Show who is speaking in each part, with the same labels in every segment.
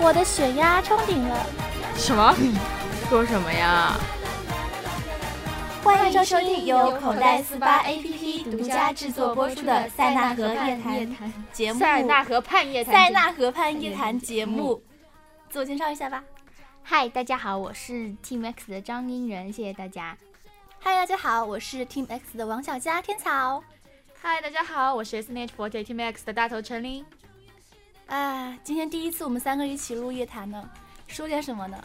Speaker 1: 我的血压冲顶了。
Speaker 2: 什么？说什么呀？
Speaker 1: 欢迎收听由口袋四八 APP 独家制作播出的《塞纳河夜谈》节目。
Speaker 2: 塞纳河畔夜谈。
Speaker 1: 塞纳河畔夜谈节目，自我介绍一下吧。
Speaker 3: 嗨，大家好，我是 Team X 的张英仁，谢谢大家。
Speaker 1: 嗨，大家好，我是 Team X 的王小佳天草。
Speaker 2: 嗨，大家好，我是 SNH48 Team X 的大头陈琳。
Speaker 1: 啊，今天第一次我们三个一起录夜谈呢，说点什么呢？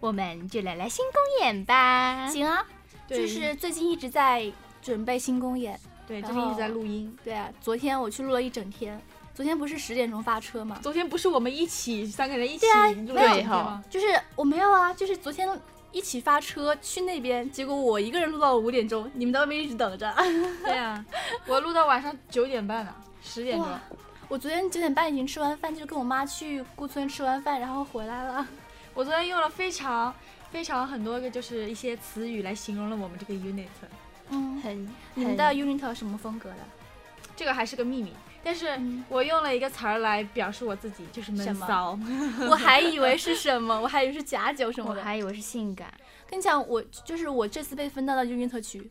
Speaker 3: 我们就来来新公演吧。
Speaker 1: 行啊，
Speaker 2: 对
Speaker 1: 就是最近一直在准备新公演。
Speaker 2: 对，
Speaker 1: 然
Speaker 2: 最
Speaker 1: 后
Speaker 2: 近一直在录音。
Speaker 1: 对啊，昨天我去录了一整天。昨天不是十点钟发车吗？
Speaker 2: 昨天不是我们一起三个人一起
Speaker 1: 对啊
Speaker 2: 录
Speaker 1: 没有
Speaker 2: 的一套吗？
Speaker 1: 就是我没有啊，就是昨天一起发车去那边，结果我一个人录到了五点钟，你们在外面一直等着。
Speaker 2: 对啊，我录到晚上九点半呢，十点钟。
Speaker 1: 哇我昨天九点半已经吃完饭，就跟我妈去顾村吃完饭，然后回来了。
Speaker 2: 我昨天用了非常非常很多个就是一些词语来形容了我们这个 unit，
Speaker 1: 嗯，
Speaker 3: 很
Speaker 1: 你们的 unit 有什么风格的？
Speaker 2: 这个还是个秘密。但是
Speaker 1: 嗯
Speaker 2: 我用了一个词儿来表示我自己，就是闷
Speaker 1: 什么
Speaker 2: 骚。
Speaker 1: 我还以为是什么，我还以为是假酒什
Speaker 3: 我
Speaker 1: 么的。
Speaker 3: 还以为是性感，
Speaker 1: 跟你讲，我就是我这次被分到了 unit 区，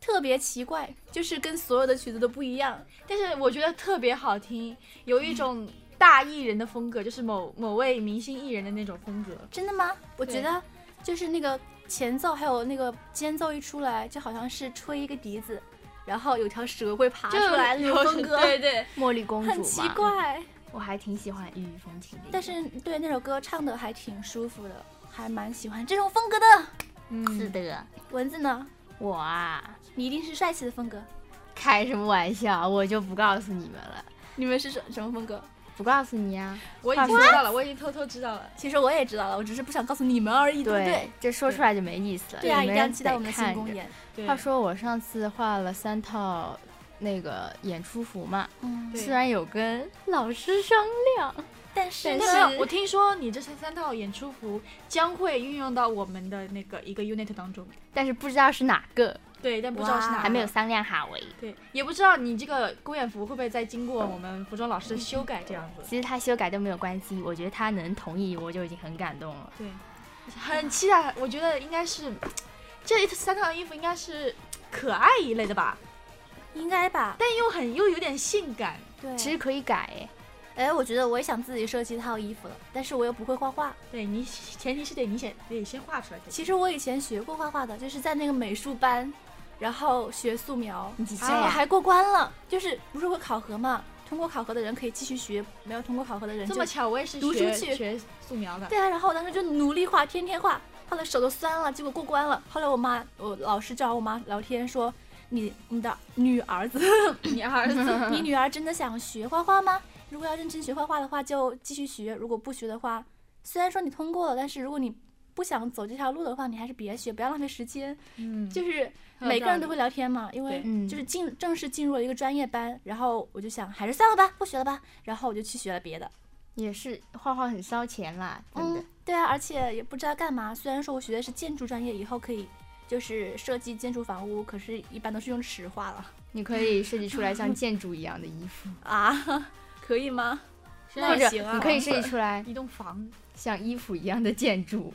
Speaker 1: 特别奇怪，就是跟所有的曲子都不一样。
Speaker 2: 但是我觉得特别好听，有一种大艺人的风格，就是某某位明星艺人的那种风格。
Speaker 1: 真的吗？我觉
Speaker 2: 对
Speaker 1: 得就是那个前奏还有那个间奏一出来，就好像是吹一个笛子，然后有条蛇会爬出来的那种风格，
Speaker 2: 对对，
Speaker 3: 茉莉公主
Speaker 1: 很奇
Speaker 3: 嘛，
Speaker 1: 怪。
Speaker 3: 我还挺喜欢异域风情的。
Speaker 1: 但是对那首歌唱的还挺舒服的，还蛮喜欢这种风格的。
Speaker 3: 是
Speaker 2: 嗯，
Speaker 3: 的，
Speaker 1: 蚊子呢？
Speaker 3: 我啊，
Speaker 1: 你一定是帅气的风格。
Speaker 3: 开什么玩笑，我就不告诉你们了，
Speaker 1: 你们是什什么风格？
Speaker 3: 不告诉你啊。
Speaker 2: 我已经知道了，我已经偷偷知道了。
Speaker 1: 其实我也知道了，我只是不想告诉你们而已，对不对？
Speaker 3: 这说出来就没意思了。
Speaker 1: 对啊，一
Speaker 3: 你
Speaker 1: 定
Speaker 3: 们
Speaker 1: 要期待我们的
Speaker 3: 得
Speaker 1: 新
Speaker 3: 看
Speaker 1: 公
Speaker 3: 着。
Speaker 1: 演。
Speaker 2: 对
Speaker 3: 话说我上次画了三套那个演出服嘛，
Speaker 1: 嗯，
Speaker 2: 对
Speaker 3: 虽然有跟老师商量，
Speaker 1: 但是
Speaker 2: 但
Speaker 1: 呢，
Speaker 2: 是我听说你这三三套演出服将会运用到我们的那个一个 unit 当中，
Speaker 3: 但是不知道是哪个，
Speaker 2: 对，但不知道是哪
Speaker 1: 哇
Speaker 2: 个
Speaker 3: 还没有商量好哎。
Speaker 2: 对，也不知道你这个公演服会不会再经过我们服装老师的修改这样子。
Speaker 3: 其实他修改都没有关系，我觉得他能同意我就已经很感动了。
Speaker 2: 对，很期待，我觉得应该是这一三套衣服应该是可爱一类的吧，
Speaker 1: 应该吧？
Speaker 2: 但又很又有点性感。
Speaker 1: 对，
Speaker 3: 其实可以改哎，
Speaker 1: 哎，我觉得我也想自己设计一套衣服了，但是我又不会画画。
Speaker 2: 对你前提是得你先得先画出来。
Speaker 1: 其实我以前学过画画的，就是在那个美术班，然后学素描，
Speaker 2: 啊
Speaker 3: 你几岁
Speaker 1: 然后
Speaker 3: 呀、
Speaker 1: 还过关了。就是不是会考核嘛？通过考核的人可以继续学，没有通过考核的人
Speaker 2: 这
Speaker 1: 就
Speaker 2: 么巧，我也是
Speaker 1: 读
Speaker 2: 学
Speaker 1: 出去
Speaker 2: 学素描的。
Speaker 1: 对啊。然后我当时就努力画，天天画，画的手都酸了，结果过关了。后来我妈，我老师找我妈聊天说：“你你的女 儿子，
Speaker 2: 你儿子
Speaker 1: 你女儿真的想学画画吗？如果要认真学画画的话，就继续学；如果不学的话，虽然说你通过了，但是如果你不想走这条路的话，你还是别学，不要浪费时间。
Speaker 2: 嗯，就
Speaker 1: 就是
Speaker 2: 很有
Speaker 1: 每个
Speaker 2: 道
Speaker 1: 人
Speaker 2: 理
Speaker 1: 都会聊天嘛，因为
Speaker 2: 对
Speaker 3: 嗯
Speaker 1: 就是进正式进入了一个专业班，然后我就想还是算了吧，不学了吧，然后我就去学了别的。
Speaker 3: 也是画画很烧钱啦，真的。
Speaker 1: 嗯，对啊，而且也不知道干嘛。虽然说我学的是建筑专业，以后可以就是设计建筑房屋，可是一般都是用尺画了
Speaker 3: 你可以设计出来像建筑一样的衣服，
Speaker 1: 啊，可以吗？
Speaker 3: 或者
Speaker 1: 那行啊
Speaker 3: 你可以设计出来
Speaker 2: 一栋房，
Speaker 3: 像衣服一样的建筑。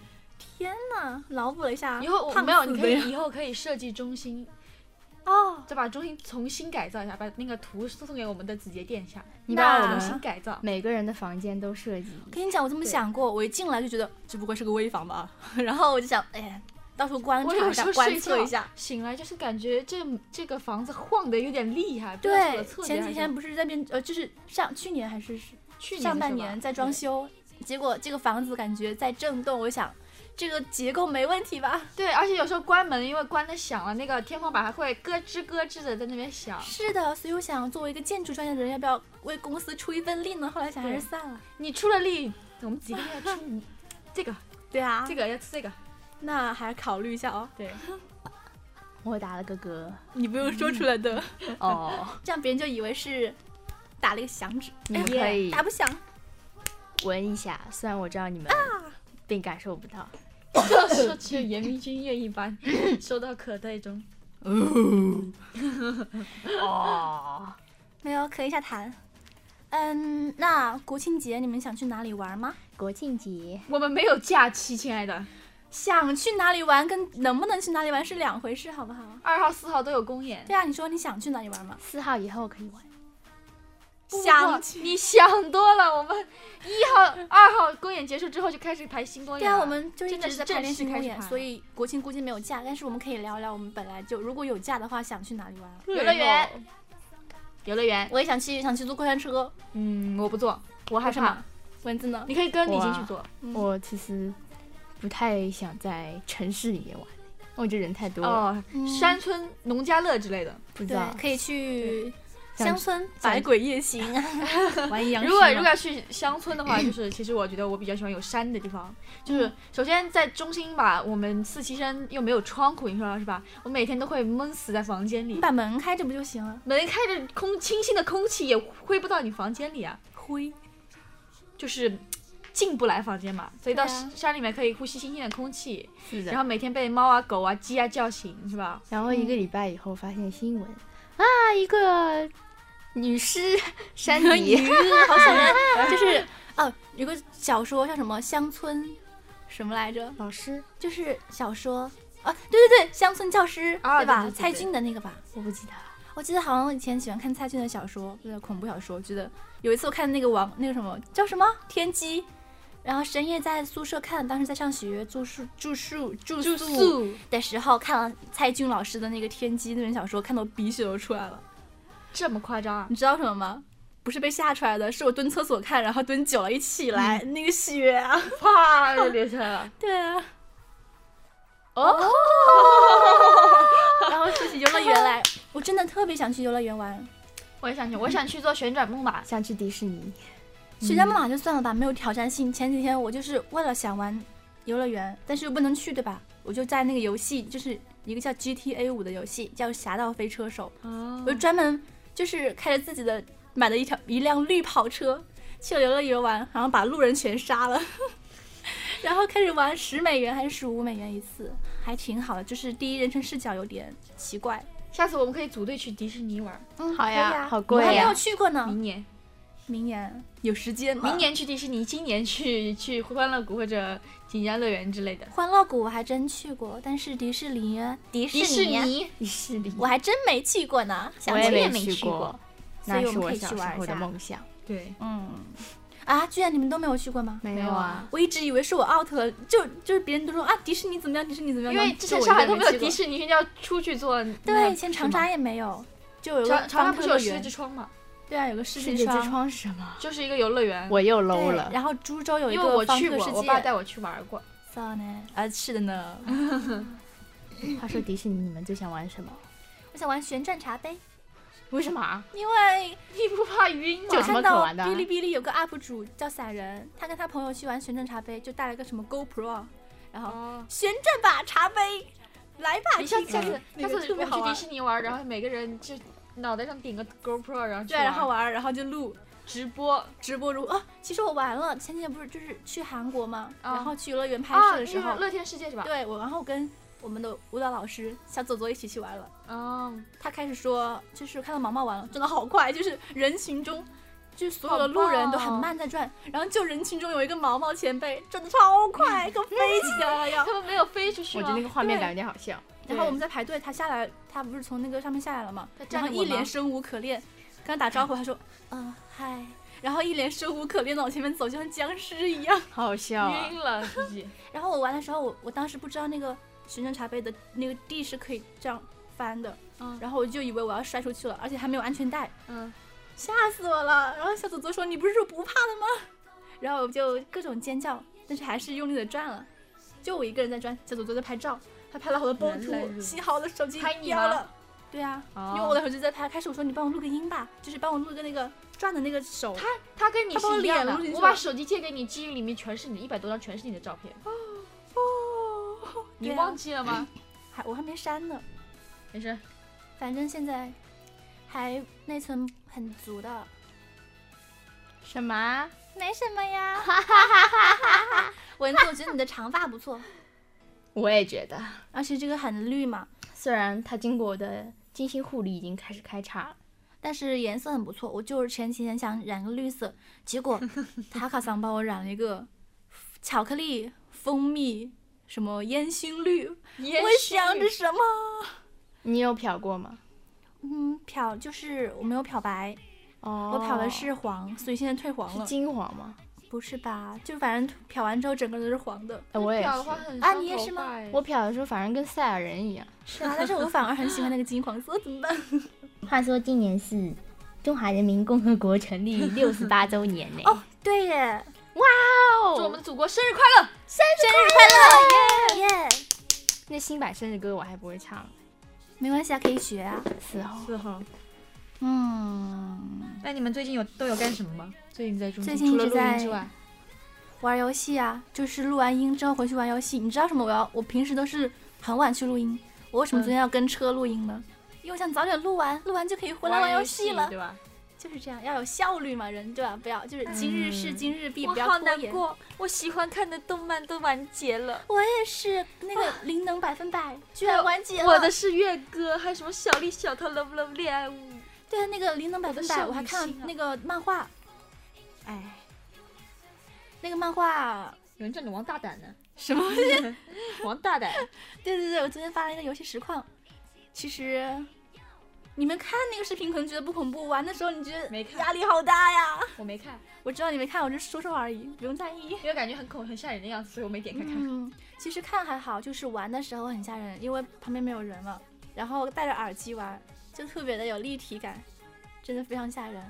Speaker 1: 天哪，啊脑补了一下，
Speaker 2: 以后我
Speaker 1: 胖
Speaker 2: 没有，
Speaker 1: 死
Speaker 2: 你
Speaker 1: 的
Speaker 2: 可
Speaker 1: 呀
Speaker 2: 以以后可以设计中心，
Speaker 1: 哦，
Speaker 2: 再把中心重新改造一下，把那个图送给我们的子杰殿下，
Speaker 3: 你把我
Speaker 1: 那
Speaker 2: 重
Speaker 3: 们
Speaker 2: 新改造。
Speaker 3: 每个人的房间都设计一个，
Speaker 1: 跟你讲，我这么想过，我一进来就觉得只不过是个危房吧， 然后我就想，哎，到处观
Speaker 2: 我
Speaker 1: 察
Speaker 2: 有
Speaker 1: 一
Speaker 2: 时
Speaker 1: 下
Speaker 2: 候，
Speaker 1: 观
Speaker 2: 睡
Speaker 1: 测
Speaker 2: 觉
Speaker 1: 一下。
Speaker 2: 醒来就是感觉这这个房子晃的有点厉害，不知道是我
Speaker 1: 对
Speaker 2: 的，错觉
Speaker 1: 前
Speaker 2: 还
Speaker 1: 几
Speaker 2: 是
Speaker 1: 天不是在那边呃，就是上去年还是是
Speaker 2: 去年
Speaker 1: 上半
Speaker 2: 是吧
Speaker 1: 年在装修，结果这个房子感觉在震动，我想这个结构没问题吧？
Speaker 2: 对，而且有时候关门，因为关的响了，那个天花板还会咯吱咯吱的在那边响。
Speaker 1: 是的，所以我想作为一个建筑专业的人，要不要为公司出一份力呢？后来想还是
Speaker 2: 对
Speaker 1: 算了。
Speaker 2: 你出了力，我们几个要出 你这个
Speaker 1: 对啊，
Speaker 2: 这
Speaker 1: 这个
Speaker 2: 个要这个，
Speaker 1: 那还是考虑一下哦，
Speaker 2: 对，
Speaker 3: 我打了个嗝。
Speaker 1: 你不用说出来的，
Speaker 3: 哦，
Speaker 1: 这样别人就以为是打了一个响指，哎
Speaker 3: 你可以
Speaker 1: 打不响。
Speaker 3: 闻一下，虽然我知道你们并感受不到。
Speaker 1: 嗯
Speaker 2: 就是只有严明君愿意 把收到口袋中。
Speaker 3: 哦，
Speaker 1: 没有，咳一下痰。嗯，那国庆节你们想去哪里玩吗？
Speaker 3: 国庆节
Speaker 2: 我们没有假期，亲爱的，
Speaker 1: 想去哪里玩跟能不能去哪里玩是两回事，好不好？
Speaker 2: 二号、四号都有公演。
Speaker 1: 对啊，你说你想去哪里玩吗？
Speaker 3: 四号以后哦可以玩，
Speaker 2: 不不
Speaker 1: 想
Speaker 2: 不你想多了。我们一号、二号公演结束之后就开始排新公
Speaker 1: 对
Speaker 2: 演
Speaker 1: 啊，
Speaker 2: 了。
Speaker 1: 我们就一
Speaker 2: 哎真的
Speaker 1: 直
Speaker 2: 是
Speaker 1: 在
Speaker 2: 正
Speaker 1: 排练
Speaker 2: 式
Speaker 1: 新
Speaker 2: 开
Speaker 1: 公
Speaker 2: 始
Speaker 1: 演，
Speaker 2: 排
Speaker 1: 所以国庆估计没有假，但是我们可以聊一聊我们本来就如果有假的话想去哪里玩。啊
Speaker 2: 游乐园，游乐园。
Speaker 1: 我也想去，想去坐过山车。
Speaker 2: 嗯，我不做，我害
Speaker 1: 为什么
Speaker 2: 怕。
Speaker 1: 蚊子呢？
Speaker 2: 你可以跟李欣去做。
Speaker 1: 嗯
Speaker 3: 我其实不太想在城市里面玩，我觉得人太多
Speaker 1: 啊
Speaker 3: 了，
Speaker 2: 哦，山村农家乐之类的。
Speaker 3: 不知
Speaker 1: 对
Speaker 3: 道，
Speaker 1: 可以去
Speaker 3: 想
Speaker 1: 乡村百鬼夜行，啊玩羊
Speaker 2: 如果如果要去乡村的话，就是 其实我觉得我比较喜欢有山的地方。就是
Speaker 1: 嗯
Speaker 2: 首先在中心吧，我们四期生又没有窗户，你说是吧？我每天都会闷死在房间
Speaker 1: 你
Speaker 2: 里，
Speaker 1: 把门开着不就行了？
Speaker 2: 门开着空清新的空气也挥不到你房间里啊，
Speaker 1: 灰，
Speaker 2: 就是进不来房间嘛。所以到
Speaker 1: 对啊
Speaker 2: 山里面可以呼吸新鲜的空气，
Speaker 3: 是的
Speaker 2: 然。后每天被猫啊、狗啊、鸡啊叫醒，是吧？
Speaker 3: 然后一个礼拜以后发现新闻、啊，一个女尸 山
Speaker 1: 鱼，
Speaker 3: 底，
Speaker 1: 好想念，就是哦，有个小说叫什么乡村什么来着？
Speaker 3: 老师
Speaker 1: 就是小说啊，对对对，乡村教师、
Speaker 2: 啊
Speaker 1: 对吧？
Speaker 2: 对对对对
Speaker 1: 蔡骏的那个吧。
Speaker 3: 我不记得了，
Speaker 1: 我记得好像以前喜欢看蔡骏的小说，就是恐怖小说。觉得有一次我看那个王那个什么叫什么天机，然后深夜在宿舍看，当时在上学住宿住宿住宿的时候看了蔡骏老师的那个《天机》那本小说，看到鼻血都出来了。
Speaker 2: 这么夸 张啊？
Speaker 1: 你知道什么吗？不是被吓出来的，是我蹲厕所看，然后蹲久了，一起来、那个血啊！
Speaker 2: 啪就流出来了。
Speaker 1: 对啊，
Speaker 2: 哦，
Speaker 1: 然后说起游乐园来，我真的特别想去游乐园玩。
Speaker 2: 我也想去，我想去做旋转木 马。
Speaker 3: 想去迪士尼，
Speaker 1: 雪山木马就算了吧，没有挑战性。前几天我就是为了想玩游乐园，但是又不能去，对吧？我就在那个游戏，就是一个叫 GTA 五的游戏，叫《侠盗飞车手》，
Speaker 2: 哦
Speaker 1: 我就专门就是开着自己的买的一条一辆绿跑车去了游乐园玩，然后把路人全杀了， 然后开始玩十美元还是十五美元一次，还挺好的，就是第一人称视角有点奇怪。
Speaker 2: 下次我们可以组队去迪士尼玩，
Speaker 1: 嗯，
Speaker 3: 好
Speaker 1: 可
Speaker 3: 呀
Speaker 1: 以啊
Speaker 3: 好
Speaker 1: 我
Speaker 3: 贵
Speaker 1: 还没
Speaker 3: 呀
Speaker 1: 有去过呢。
Speaker 2: 明年，
Speaker 1: 明年有时间吗？
Speaker 2: 明年去迪士尼，今年去去欢乐谷或者锦江乐园之类的。
Speaker 1: 欢乐谷我还真去过，但是迪士尼啊迪
Speaker 2: 迪士尼，
Speaker 3: 迪士尼
Speaker 1: 我还真没去过呢。想
Speaker 3: 我
Speaker 1: 去
Speaker 3: 也
Speaker 2: 也没
Speaker 3: 去
Speaker 2: 去过
Speaker 3: 过，
Speaker 1: 所
Speaker 3: 那
Speaker 1: 以我
Speaker 3: 是
Speaker 1: 们可
Speaker 3: 我
Speaker 1: 以
Speaker 3: 小
Speaker 1: 去
Speaker 3: 时
Speaker 1: 玩
Speaker 3: 候
Speaker 1: 一
Speaker 3: 的
Speaker 1: 下。
Speaker 3: 梦想，
Speaker 2: 对，
Speaker 1: 嗯，啊，居然你们都没有去过吗？
Speaker 3: 没
Speaker 2: 有
Speaker 3: 有
Speaker 2: 啊
Speaker 3: 啊，
Speaker 1: 我一直以为是我 out 了，就就是别人都说啊，迪士尼怎么样，迪士尼怎么样，
Speaker 2: 因为
Speaker 1: 然后
Speaker 2: 之前
Speaker 1: 就我一
Speaker 2: 上
Speaker 1: 个
Speaker 2: 海
Speaker 1: 人
Speaker 2: 都没有
Speaker 1: 去过
Speaker 2: 迪士尼，就要出去做那。
Speaker 1: 对，以前长
Speaker 2: 是吗
Speaker 1: 沙也没有，就有个
Speaker 2: 长长沙不是有
Speaker 1: 方特
Speaker 2: 世界
Speaker 1: 乐园
Speaker 2: 之窗嘛，
Speaker 1: 对啊，有个世
Speaker 3: 世
Speaker 1: 界
Speaker 3: 界之
Speaker 1: 窗，
Speaker 3: 窗是什 么？
Speaker 2: 就是一个游乐 园。
Speaker 3: 我又
Speaker 1: 对
Speaker 3: low 了，
Speaker 1: 然后株洲有一
Speaker 2: 因为我
Speaker 1: 个方
Speaker 2: 去
Speaker 1: 特
Speaker 2: 过
Speaker 1: 世，
Speaker 2: 我爸带
Speaker 1: 界，
Speaker 2: 我去玩过。
Speaker 1: 糟呢啊，是的呢。
Speaker 3: 话说迪士尼，你们最想玩什么？
Speaker 1: 我想玩旋转茶杯，
Speaker 3: 为什么啊？
Speaker 1: 因为
Speaker 2: 你不怕晕吗？
Speaker 3: 就
Speaker 1: 我
Speaker 3: 什么
Speaker 1: 看
Speaker 3: 可
Speaker 1: 到
Speaker 3: 玩的啊
Speaker 1: 哔哩哔哩有个 UP 主叫散人，他跟他朋友去玩旋转茶杯，就带了个什么 GoPro，然后
Speaker 2: 哦，
Speaker 1: 旋转吧茶杯，来吧，
Speaker 2: 哎你下次
Speaker 1: 亲
Speaker 2: 下
Speaker 1: 亲
Speaker 2: 次
Speaker 1: 那
Speaker 2: 下
Speaker 1: 个
Speaker 2: 次
Speaker 1: 特
Speaker 2: 我
Speaker 1: 别
Speaker 2: 们
Speaker 1: 好
Speaker 2: 去迪
Speaker 1: 玩。
Speaker 2: 士尼玩，然后每个人就脑袋上顶个 GoPro，然后去
Speaker 1: 对，然后玩儿，然后就录
Speaker 2: 直播
Speaker 1: 直播如啊，其实我玩了，前几天不是就是去韩国嘛，
Speaker 2: 啊
Speaker 1: 然后去游乐园拍
Speaker 2: 啊，
Speaker 1: 摄的
Speaker 2: 那
Speaker 1: 时候
Speaker 2: 个，乐天世界是吧？
Speaker 1: 对我，然后跟我们的舞蹈老师小左左一起去玩了。
Speaker 2: 哦，
Speaker 1: 他开始说，就是看到毛毛玩了，真的好快，就是人群中，就是所有的路人都很慢在转，然后就人群中有一个毛毛前辈转的超快，跟飞起来了 要。
Speaker 2: 他们没有飞出去
Speaker 3: 我
Speaker 2: 吗？
Speaker 3: 觉得那个画面
Speaker 1: 对
Speaker 3: 感有点好笑，
Speaker 1: 然后我们在排队，他下来，他不是从那个上面下来了嘛
Speaker 2: 他，站
Speaker 1: 然后
Speaker 2: 着我
Speaker 1: 一
Speaker 2: 吗
Speaker 1: 脸生无可恋，跟他打招呼，他说，嗯、嗨。然后一脸生无可恋的往前面走，就像僵尸一样。
Speaker 3: 好好笑啊！
Speaker 2: 晕了自己。
Speaker 1: 然后我玩的时候，我我当时不知道那个旋转茶杯的那个地是可以这样翻的，
Speaker 2: 嗯
Speaker 1: 然后我就以为我要摔出去了，而且还没有安全带，
Speaker 2: 嗯，
Speaker 1: 吓死我了！然后小祖祖说：“你不是说不怕的吗？”然后我就各种尖叫，但是还是用力的转了，就我一个人在转，小祖祖在拍照，还拍了好多暴
Speaker 2: 原来
Speaker 1: 徒，
Speaker 2: 如此
Speaker 1: 幸好我的手机
Speaker 2: 拍你
Speaker 1: 掉
Speaker 2: 吗
Speaker 1: 了。对啊，
Speaker 2: 哦
Speaker 1: 因为我的手机在拍，开始我说你帮我录个音吧，就是帮我录个那个转的那个手。
Speaker 2: 他跟你
Speaker 1: 他把我
Speaker 2: 是一样
Speaker 1: 脸
Speaker 2: 的
Speaker 1: 撸进，去
Speaker 2: 我
Speaker 1: 了
Speaker 2: 把手机借给你，记忆里面全是你的，一百多张全是你的照片。
Speaker 1: 哦，
Speaker 2: 你
Speaker 1: 对啊
Speaker 2: 忘记了吗？
Speaker 1: 还我还没删呢，
Speaker 2: 没事，
Speaker 1: 反正现在还内存很足的，
Speaker 3: 什么？啊
Speaker 1: 没什么呀。蚊子，我觉得你的长发不错，
Speaker 3: 我也觉得，
Speaker 1: 而且这个很绿嘛。
Speaker 3: 虽然它经过我的精心护理已经开始开叉了，
Speaker 1: 但是颜色很不错。我就是前几天想染个绿色，结 果塔卡桑帮我染了一个巧克力蜂蜜什么烟熏绿，我想着什么？
Speaker 3: 你有漂过吗？
Speaker 1: 嗯，漂就是我没有漂白，
Speaker 3: 哦，
Speaker 1: 我漂的是黄，所以现在退黄
Speaker 3: 是
Speaker 1: 了。
Speaker 3: 金黄吗？
Speaker 1: 不是吧？就反正漂完之后整个人都是黄的。
Speaker 3: 哎，我也
Speaker 2: 嗯漂
Speaker 3: 是
Speaker 2: 的，话很
Speaker 1: 啊
Speaker 2: 伤
Speaker 1: 你也
Speaker 2: 头
Speaker 1: 是吗
Speaker 2: 发哎
Speaker 3: 我漂的时候反正跟赛亚人一样。
Speaker 1: 是啊，但是我反而很喜欢那个金黄色，怎么办？
Speaker 4: 话说今年是中华人民共和国成立六十八周年 呢、
Speaker 1: 哦，对耶，
Speaker 2: 祝我
Speaker 3: 哦
Speaker 2: 们，的祖国生日快乐！
Speaker 1: 耶、
Speaker 3: 那新版生日歌我还不会唱，
Speaker 1: 没关系啊，可以学啊。
Speaker 3: 是哦。
Speaker 2: 四号。
Speaker 1: 嗯，
Speaker 2: 那你们最近有都有干什么吗？最近在中
Speaker 1: 最
Speaker 2: 间
Speaker 1: 近
Speaker 2: 除了
Speaker 1: 一直
Speaker 2: 录音
Speaker 1: 在
Speaker 2: 之外，
Speaker 1: 玩游戏啊，就是录完音之后回去玩游戏。你知道什么？我要我平时都是很晚去录音，
Speaker 2: 嗯
Speaker 1: 我为什么昨天要跟车录音呢？因为我想早点录完，录完就可以回来玩游戏了。
Speaker 2: 对吧？
Speaker 1: 就是这样，要有效率嘛，人对吧？不要就是今日事
Speaker 3: 嗯
Speaker 1: 今日毕，
Speaker 2: 我
Speaker 1: 不要
Speaker 2: 好
Speaker 1: 拖
Speaker 2: 难
Speaker 1: 延。
Speaker 2: 过，我喜欢看的动漫都完结了。
Speaker 1: 我也是，那个灵能百分百居然完结了。
Speaker 2: 啊我的是月歌，还有什么小丽小桃 love love 恋爱屋。
Speaker 1: 对啊那个灵能百分
Speaker 2: 我的
Speaker 1: 百，
Speaker 2: 少
Speaker 1: 我还
Speaker 2: 女
Speaker 1: 看
Speaker 2: 心啊
Speaker 1: 那个漫画，
Speaker 2: 哎，
Speaker 1: 那个漫画
Speaker 2: 有人叫你王大胆呢，
Speaker 1: 什么？
Speaker 2: 王大胆。
Speaker 1: 对对对，我昨天发了一个游戏实况，其实你们看那个视频可能觉得不恐怖，玩的时候你觉得
Speaker 2: 没看
Speaker 1: 压力好大呀。
Speaker 2: 我没看，
Speaker 1: 我知道你没看，我就说说而已，不用在意。
Speaker 2: 因为感觉很恐很吓人的样子，所以我没点开看。
Speaker 1: 嗯，其实看还好，就是玩的时候很吓人，因为旁边没有人了，然后戴着耳机玩，就特别的有立体感，真的非常吓人。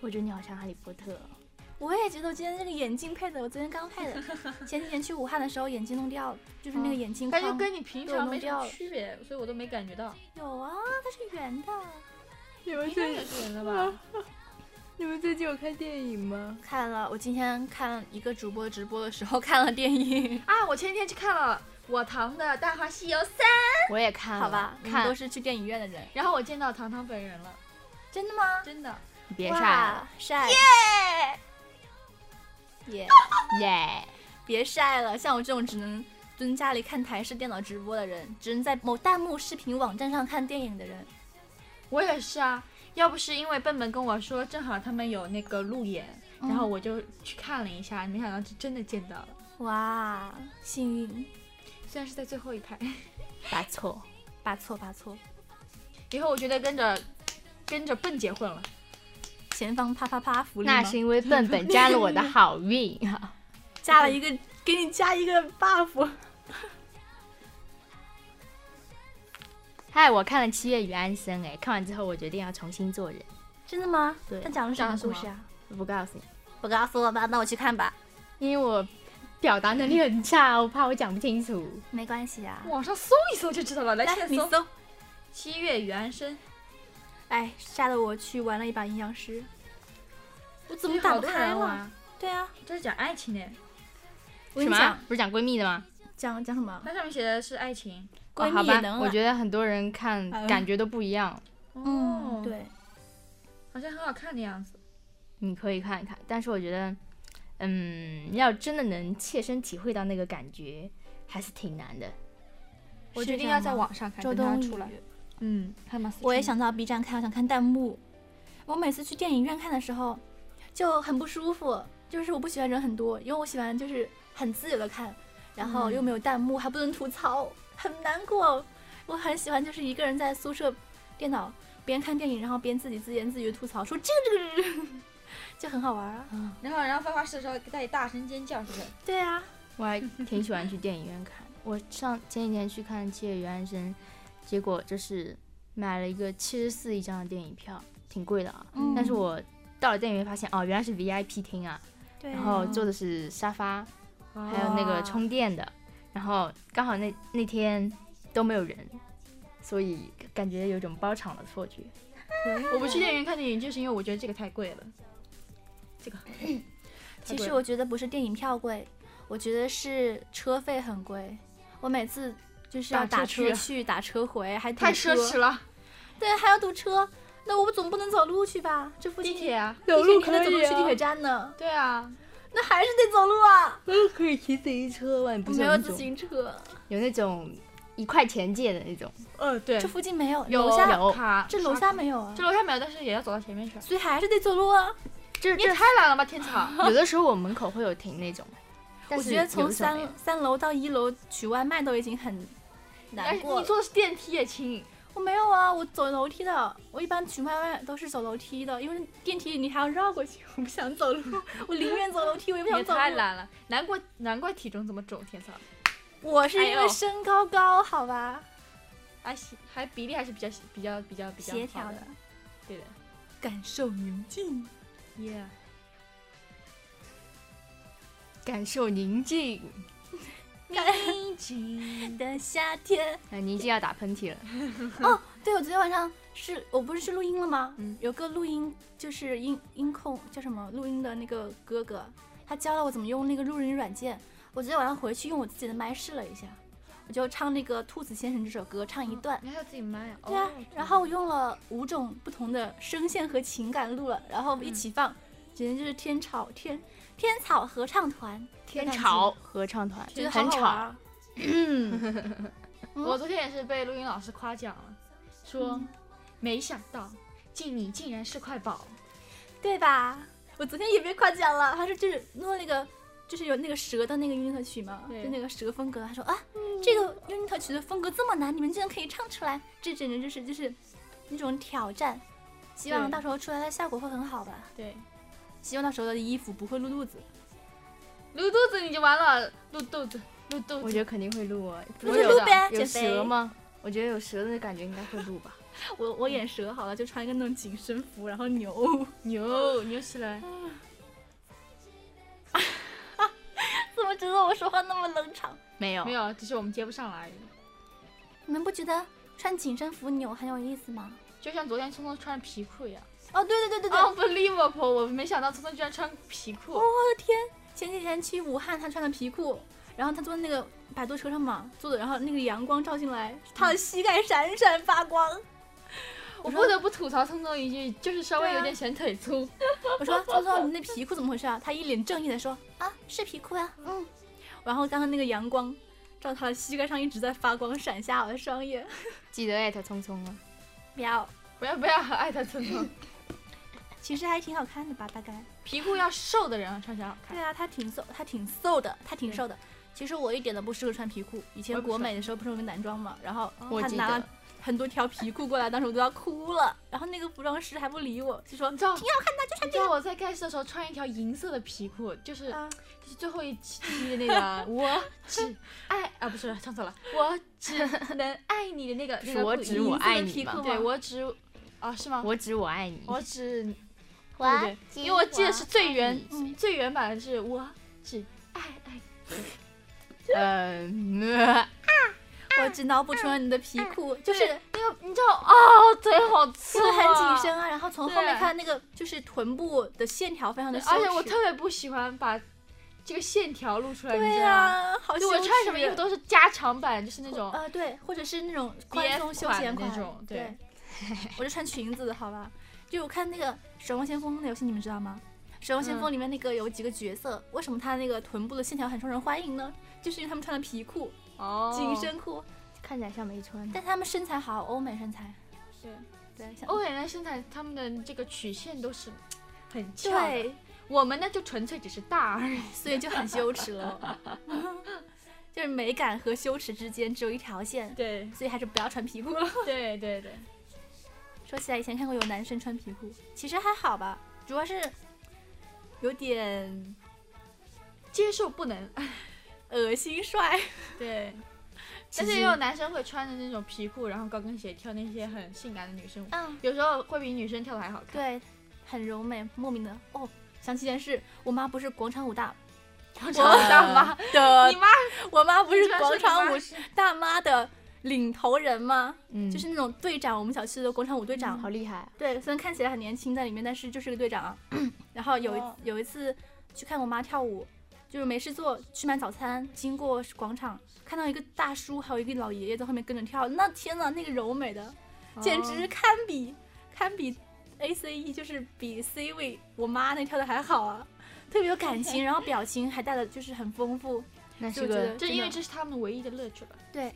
Speaker 3: 我觉得你好像哈利波特哦，
Speaker 1: 我也觉得我今天这个眼镜配的，我昨天刚配的， 前几天去武汉的时候眼镜弄掉了，就是那个
Speaker 2: 嗯
Speaker 1: 眼镜
Speaker 2: 感
Speaker 1: 框。
Speaker 2: 觉跟你平
Speaker 1: 给我
Speaker 2: 常
Speaker 1: 弄
Speaker 2: 没什
Speaker 1: 掉
Speaker 2: 么
Speaker 1: 了
Speaker 2: 区别，所以我都没感觉到。
Speaker 1: 有啊，它是圆的。
Speaker 3: 你
Speaker 2: 没
Speaker 3: 们
Speaker 2: 看感觉了
Speaker 1: 嗯
Speaker 2: 吧？
Speaker 3: 你们最近有看电影吗？
Speaker 1: 看了，我今天看一个主播直播的时候看了电 影，
Speaker 2: 啊，我前天去看了我堂的《大话西游三》，
Speaker 3: 我也看了，
Speaker 1: 好吧，我们
Speaker 3: 看
Speaker 1: 都是去电影院的人，
Speaker 2: 然后我见到糖糖本人了，
Speaker 1: 真的吗？
Speaker 2: 真的。
Speaker 3: 你别
Speaker 1: 哇
Speaker 3: 晒了，，
Speaker 1: 晒耶
Speaker 3: 耶！
Speaker 1: 别晒了，像我这种只能蹲家里看台式电脑直播的人，只能在某弹幕视频网站上看电影的人，
Speaker 2: 我也是啊，要不是因为笨笨跟我说，正好他们有那个路演，
Speaker 1: 嗯
Speaker 2: 然后我就去看了一下，没想到是真的见到了，
Speaker 1: 哇，幸运，
Speaker 2: 虽然是在最后一排。
Speaker 3: 不错，
Speaker 1: 把错把错，
Speaker 2: 以后我觉得跟着跟着笨姐混了，
Speaker 1: 前方啪啪啪福利吗
Speaker 3: 那是因为笨笨沾了我的好运啊！
Speaker 1: 加了一个，给你加一个 buff，
Speaker 3: 嗨，我看了《七月与安生》，哎，看完之后我决定要重新做人，
Speaker 1: 真的吗？
Speaker 3: 对
Speaker 1: 他讲了什
Speaker 2: 讲
Speaker 1: 么
Speaker 2: 了什
Speaker 1: 故
Speaker 2: 么
Speaker 1: 事啊？
Speaker 3: 我不告诉你，
Speaker 1: 不告诉我吧，那我去看吧。
Speaker 3: 因为我表达能力很差，我怕我讲不清楚。
Speaker 1: 没关系啊，
Speaker 2: 网上搜一搜就知道了。来，现
Speaker 1: 来
Speaker 2: 在
Speaker 1: 你
Speaker 2: 搜《
Speaker 1: 搜，
Speaker 2: 七月与安生》，
Speaker 1: 哎，吓得我去玩了一把阴阳师，我怎么打
Speaker 2: 好
Speaker 1: 不
Speaker 2: 多
Speaker 1: 开
Speaker 2: 人
Speaker 1: 了？
Speaker 2: 玩，
Speaker 1: 对啊，
Speaker 2: 这是讲爱情的，
Speaker 1: 我跟你
Speaker 3: 什么
Speaker 1: 讲？
Speaker 3: 不是讲闺蜜的吗？
Speaker 1: 讲讲什么？
Speaker 2: 它上面写的是爱情。
Speaker 1: 闺
Speaker 3: 哦、好
Speaker 1: 蜜也
Speaker 3: 吧
Speaker 1: 能，啊
Speaker 3: 我
Speaker 1: 玩，
Speaker 3: 觉得很多人看
Speaker 1: 嗯
Speaker 3: 感觉都不一样，
Speaker 1: 嗯，
Speaker 2: 哦，
Speaker 1: 对，
Speaker 2: 好像很好看的样子。
Speaker 1: 嗯
Speaker 3: 你可以看一看。但是我觉得，嗯，要真的能切身体会到那个感觉，还是挺难的。
Speaker 2: 我
Speaker 1: 是
Speaker 2: 决定要
Speaker 1: 这样
Speaker 2: 在
Speaker 1: 吗
Speaker 2: 网上看，
Speaker 1: 周
Speaker 2: 等它
Speaker 1: 冬
Speaker 2: 出来。
Speaker 1: 雨，
Speaker 2: 嗯，还蛮。
Speaker 1: 我也想到 B 站看，我想看弹幕。我每次去电影院看的时候就很不舒服，就是我不喜欢人很多，因为我喜欢就是很自由的看，然后
Speaker 2: 嗯
Speaker 1: 又没有弹幕，还不能吐槽，很难过。我很喜欢就是一个人在宿舍电脑边看电影，然后边自己自言自语地吐槽，说这个这个这个， 就很好玩啊。
Speaker 2: 然后，然后发花式的时候再大声尖叫，是不是？
Speaker 1: 对啊，
Speaker 3: 我还挺喜欢去电影院看。我上前几天去看《七月与安生》，结果就是买了一个七十四一张的电影票，挺贵的啊。
Speaker 1: 嗯
Speaker 3: 但是我到了电影院发现，哦，原来是 VIP 厅啊，
Speaker 1: 对啊，
Speaker 3: 然后坐的是沙发，还有那个
Speaker 2: 哦
Speaker 3: 充电的，然后刚好那那天都没有人，所以感觉有种包场的错觉。
Speaker 2: 我不去电影院看电影，就是因为我觉得这个太贵了。这个
Speaker 1: 其实我觉得不是电影票贵，我觉得是车费很贵。我每次就是要
Speaker 2: 打车
Speaker 1: 打车
Speaker 2: 去啊
Speaker 1: 去，打车回，还堵
Speaker 2: 太奢侈
Speaker 1: 车，
Speaker 2: 了。
Speaker 1: 对，还要堵车。那我总不能走路去吧？这附近
Speaker 2: 地铁啊，
Speaker 1: 有
Speaker 3: 路
Speaker 1: 地铁你还得
Speaker 3: 可
Speaker 1: 走路
Speaker 3: 以
Speaker 1: 去
Speaker 3: 啊
Speaker 1: 地铁站呢，
Speaker 2: 对啊，
Speaker 1: 那还是得走路啊。
Speaker 3: 可以骑自行车吗？你
Speaker 1: 我没有自行车，
Speaker 3: 有那种一块钱借的那种，
Speaker 2: 呃，对
Speaker 1: 这，附近没有，
Speaker 2: 有
Speaker 1: 楼下
Speaker 3: 有
Speaker 2: 卡，
Speaker 1: 这楼下没有啊
Speaker 2: 这，楼下没有，但是也要走到前面去。
Speaker 1: 所以还是啊得走路啊。
Speaker 3: 就是
Speaker 2: 你
Speaker 3: 这
Speaker 2: 也太懒了吧，天草！
Speaker 3: 有的时候我门口会有停那种，但
Speaker 1: 我
Speaker 3: 是
Speaker 1: 觉得
Speaker 3: 有
Speaker 1: 从
Speaker 3: 的时候没有
Speaker 1: 三三楼到一楼取外卖都已经很
Speaker 2: 哎，
Speaker 1: 难过
Speaker 2: 你
Speaker 1: 了。
Speaker 2: 坐的是电梯也亲，
Speaker 1: 我没有啊，我走楼梯的。我一般取外卖都是走楼梯的，因为电梯你还要绕过去，我不想走路，我宁愿走楼梯，我也不
Speaker 2: 你也
Speaker 1: 想走
Speaker 2: 太
Speaker 1: 路。哎
Speaker 2: 懒了，难怪难怪体重这么重，天草。
Speaker 1: 我是因
Speaker 2: 哎
Speaker 1: 为
Speaker 2: 呦
Speaker 1: 身高高，好吧，
Speaker 2: 还行还比例还是比较比较比较比较好
Speaker 1: 协调
Speaker 2: 的，
Speaker 1: 的，
Speaker 2: 对的。
Speaker 1: 感受宁静。
Speaker 2: Yeah，
Speaker 3: 感受宁静。
Speaker 2: 宁 静。
Speaker 1: 的夏天。
Speaker 3: 啊，宁静要打喷嚏了，
Speaker 1: 对，我昨天晚上是我不是去录音了吗？
Speaker 2: 嗯
Speaker 1: 有个录音就是音音控叫什么录音的那个哥哥，他教了我怎么用那个录音软件。我昨天晚上回去用我自己的麦试了一下，我就唱那个《兔子先生》这首歌，唱一段。
Speaker 2: 你还要自己麦啊？
Speaker 1: 对啊
Speaker 2: 哦，
Speaker 1: 然后我用了五种不同的声线和情感录了，然后一起
Speaker 2: 嗯
Speaker 1: 放，简直就是天朝天天草合唱团，
Speaker 3: 天
Speaker 1: 感
Speaker 3: 吵合唱团
Speaker 1: 觉得好
Speaker 3: 很
Speaker 1: 好玩啊
Speaker 3: 吵，
Speaker 1: 儿。嗯
Speaker 2: 我昨天也是被录音老师夸奖了，说
Speaker 1: 嗯
Speaker 2: 没想到静你竟然是块宝。
Speaker 1: 对吧？我昨天也被夸奖了，他说就是弄那个，就是有那个蛇的那个晕特曲嘛，
Speaker 2: 对
Speaker 1: 就那个蛇风格。他说啊，这个晕特曲的风格这么难，你们竟然可以唱出来，这简直就是就是那种挑战。希望
Speaker 2: 对
Speaker 1: 到时候出来的效果会很好吧。
Speaker 2: 对，
Speaker 1: 希望到时候的衣服不会露肚子。
Speaker 2: 撸肚子你就完了，撸肚子，撸肚子。
Speaker 3: 我觉得肯定会录啊。
Speaker 1: 那
Speaker 3: 不
Speaker 1: 就
Speaker 3: 会
Speaker 2: 有
Speaker 1: 录
Speaker 2: 的
Speaker 1: 呗，
Speaker 3: 有
Speaker 1: 减肥
Speaker 3: 蛇？吗？我觉得有蛇的感觉应该会录吧。
Speaker 1: 我我演蛇好了，就穿一个那种紧身服，然后 扭。
Speaker 2: 牛牛起来，
Speaker 1: 怎么觉得我说话那么冷场？
Speaker 3: 没有
Speaker 2: 没，有，只是我们接不上来而已。
Speaker 1: 你们不觉得穿紧身服扭很有意思吗？
Speaker 2: 就像昨天聪聪穿着皮裤一样
Speaker 1: 哦，对对对对对，
Speaker 2: ，unbelievable！我没想到聪聪居然穿皮裤。
Speaker 1: 前几天去武汉，他穿的皮裤，然后他坐那个摆渡车上嘛，坐的，然后那个阳光照进来，他的膝盖闪闪发 光。
Speaker 2: 我啊不得不吐槽聪聪一句，就是稍微有点显腿粗。
Speaker 1: 我说：“聪聪，你那皮裤怎么回事啊？”他一脸正义的说：“啊，是皮裤啊，嗯。”然后刚刚那个阳光照他的膝盖上一直在发光，闪瞎我的双眼。
Speaker 3: 记得艾特聪聪啊。
Speaker 1: 不要，
Speaker 2: 不要不要，爱他聪 聪。
Speaker 1: 其实还挺好看的吧，大概。
Speaker 2: 皮裤要瘦的人穿起来好看
Speaker 1: 对。啊，他挺瘦，他挺瘦的，他挺瘦的。其实我一点都不适合穿皮裤。以
Speaker 2: 我
Speaker 1: 前
Speaker 2: 也不
Speaker 1: 国
Speaker 2: 是
Speaker 1: 美的时候不是有个男装嘛，然后
Speaker 3: 我
Speaker 1: 哦他
Speaker 3: 记
Speaker 1: 拿
Speaker 3: 得
Speaker 1: 了很多条皮裤过来，当时我都要哭了。然后那个服装师还不理我，就说
Speaker 2: 你知道挺好看的，就穿这个。我在盖世的时候穿一条银色的皮裤，就是、
Speaker 1: 啊
Speaker 2: 就是最后一期的那个 我只爱啊，不是唱错了，我只能爱你的那个那
Speaker 3: 是
Speaker 2: 个
Speaker 3: 我
Speaker 2: 裤
Speaker 3: 只
Speaker 2: 银
Speaker 3: 我
Speaker 2: 色
Speaker 3: 爱
Speaker 2: 的
Speaker 3: 你
Speaker 2: 皮
Speaker 3: 吧
Speaker 2: 裤，对我只啊是吗？
Speaker 3: 我只我爱你，
Speaker 2: 我只
Speaker 4: 哇
Speaker 2: 对不对，因为我记得是最原
Speaker 1: 嗯
Speaker 2: 最原版的是我只爱爱你。
Speaker 3: 呃嗯，
Speaker 1: 我只脑补出了你的皮
Speaker 2: 嗯
Speaker 1: 裤，就是
Speaker 2: 对那个你知道哦，腿好粗、
Speaker 1: 就是
Speaker 2: 啊，
Speaker 1: 很紧身啊，然后从后面
Speaker 2: 对
Speaker 1: 看那个就是臀部的线条非常的
Speaker 2: 对
Speaker 1: 羞耻。
Speaker 2: 而且我特别不喜欢把这个线条露出来，你
Speaker 1: 对
Speaker 2: 知道吗？
Speaker 1: 啊，好羞
Speaker 2: 就
Speaker 1: 耻。
Speaker 2: 我穿什么衣服都是加长版，就是那种
Speaker 1: 呃对，或者是那种宽
Speaker 2: BF
Speaker 1: 松休
Speaker 2: 款的
Speaker 1: 闲
Speaker 2: 那种对
Speaker 1: 对，我就穿裙子的好吧。就我看那个《守望先锋》的游戏，你们知道吗？《守望先锋》
Speaker 2: 嗯
Speaker 1: 里面那个有几个角色，为什么他那个臀部的线条很受人欢迎呢？就是因为他们穿的皮裤、
Speaker 2: 哦
Speaker 1: 紧。身裤，
Speaker 3: 看起来像没穿的。
Speaker 1: 但他们身材好，欧美身材。
Speaker 2: 对
Speaker 1: 对，哦像
Speaker 2: 欧美人身材，他们的这个曲线都是很翘的，
Speaker 1: 对，
Speaker 2: 我们呢就纯粹只是大而已。
Speaker 1: 所以就很羞耻了。 就是美感和羞耻之间只有一条线，
Speaker 2: 对
Speaker 1: 所以还是不要穿皮裤 了。
Speaker 2: 对对对，
Speaker 1: 说起来，以前看过有男生穿皮裤，其实还好吧，主要是有点
Speaker 2: 接受不能。
Speaker 1: 恶心帅。
Speaker 2: 对，
Speaker 3: 其
Speaker 2: 但是
Speaker 3: 实
Speaker 2: 也有男生会穿着那种皮裤，然后高跟鞋跳那些很性感的女生舞，
Speaker 1: 嗯，
Speaker 2: 有时候会比女生跳的还好看。
Speaker 1: 对，很柔美，莫名的哦。想起一件事，我妈不是广场舞大
Speaker 2: 我大妈，
Speaker 1: 的
Speaker 2: 你，妈
Speaker 1: 我妈呃不
Speaker 2: 你
Speaker 1: 是
Speaker 2: 居然说
Speaker 1: 广
Speaker 2: 你妈
Speaker 1: 场舞大妈的领头人吗？
Speaker 3: 嗯，
Speaker 1: 就是那种队长，我们小区的广场舞队长。
Speaker 3: 好厉害啊！
Speaker 1: 对，虽然看起来很年轻在里面，但是就是个队长啊。 然后有一
Speaker 2: 哦
Speaker 1: 有一次去看我妈跳舞，就是没事做，去买早餐，经过广场，看到一个大叔，还有一个老爷爷在后面跟着跳，那天呐，那个柔美的，简
Speaker 2: 哦
Speaker 1: 直堪比、堪比 A C E，就是比 C 位我妈那跳的还好啊，特别有感 情，然后表情还带的就是很丰富，
Speaker 3: 那
Speaker 1: 就是觉得
Speaker 3: 个
Speaker 2: 这
Speaker 1: 真
Speaker 2: 因
Speaker 1: 的
Speaker 2: 为这是他们唯一的乐趣吧。
Speaker 1: 对，
Speaker 3: 啊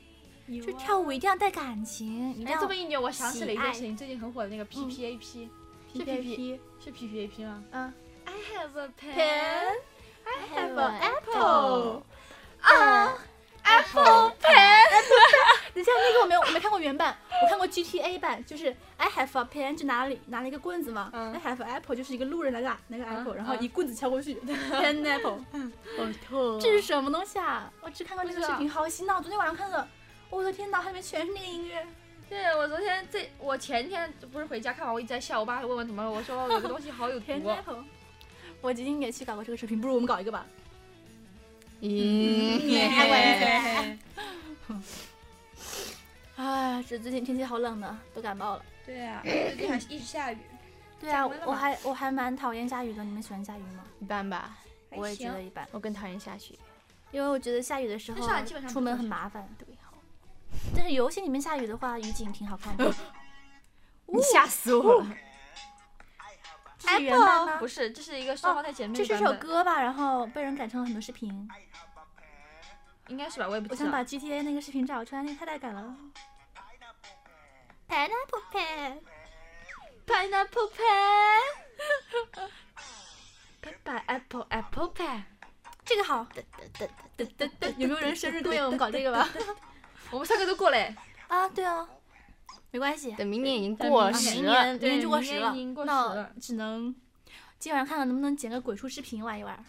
Speaker 1: 就跳舞一定要带感情，一定
Speaker 2: 哎，
Speaker 1: 要
Speaker 2: 这么一扭，我想起了一
Speaker 1: 喜
Speaker 2: 件
Speaker 1: 爱
Speaker 2: 事情，最近很火的那个 P P A P，是 P P 是 P P A P 吗
Speaker 1: 嗯
Speaker 2: ？I have a pen,
Speaker 1: pen
Speaker 2: I
Speaker 1: have
Speaker 2: have
Speaker 1: a
Speaker 2: an apple。
Speaker 1: 啊等一下，那个我没有，我没看过原版，我看过 GTA 版，就是 I have a pen，就拿了拿了一个棍子嘛、
Speaker 2: 嗯
Speaker 1: i have a apple，就是一个路人拿个拿个 apple，、
Speaker 2: 嗯
Speaker 1: 然后一
Speaker 2: 嗯
Speaker 1: 棍子敲 过去、p e n apple，
Speaker 2: 好痛哦
Speaker 1: 这是什么东西啊？我只看过这个
Speaker 2: 不知
Speaker 1: 视
Speaker 2: 道
Speaker 1: 频，好洗脑！昨天晚上看的，我的天哪，它里面全是那个音乐，
Speaker 2: 对，我昨天这我前天不是回家看完，我一直在笑，我爸还问我怎么了，我说哦有个东西好有毒哦
Speaker 1: p e，n apple。我决定也去搞个这个视频，不如我们搞一个吧。
Speaker 2: 嗯
Speaker 3: 咦，
Speaker 2: 啊
Speaker 1: 哎，这最近天气好冷呢，都感冒了。
Speaker 2: 对啊，最近还是一直下雨，
Speaker 1: 对啊，
Speaker 2: 降温了吧
Speaker 1: 我还我还蛮讨厌下雨的，你们喜欢下雨吗？
Speaker 3: 一般吧，
Speaker 2: 还
Speaker 1: 我也觉
Speaker 2: 行
Speaker 1: 得一般，
Speaker 3: 我更讨厌下雪。
Speaker 1: 因为我觉得下雨的时候
Speaker 2: 但上海基本上
Speaker 1: 出
Speaker 2: 不
Speaker 1: 门
Speaker 2: 会
Speaker 1: 很
Speaker 2: 下
Speaker 1: 麻烦。
Speaker 3: 对，好，
Speaker 1: 但是游戏里面下雨的话，雨景挺好看的。哦
Speaker 3: 你吓死我了。
Speaker 1: 这是原版吗
Speaker 2: 不？是，这是一个双胞胎姐妹
Speaker 1: 哦这
Speaker 2: 的
Speaker 1: 是
Speaker 2: 版
Speaker 1: 首
Speaker 2: 本，
Speaker 1: 歌吧？然后被人改成了很多视频。
Speaker 2: 应该是吧，我也不
Speaker 1: 我
Speaker 2: 知
Speaker 1: 想
Speaker 2: 道。
Speaker 1: 把 GTA 那个视频找出来，那个太带感了。Pineapple pen，
Speaker 2: Pineapple pen，p p e apple apple pen，
Speaker 1: 这个好。有没有人生日对我们搞这个吧？
Speaker 2: 我们三个都过嘞，
Speaker 1: 啊，对哦，没关系，啊
Speaker 3: 等明年已经过
Speaker 1: 明
Speaker 3: 十了，
Speaker 1: 年明年就过
Speaker 2: 对
Speaker 1: 时
Speaker 2: 明年
Speaker 1: 了
Speaker 2: 已经，过时
Speaker 1: 那
Speaker 2: 了
Speaker 1: 只能今晚上看看能不能剪个鬼畜视频玩一 玩。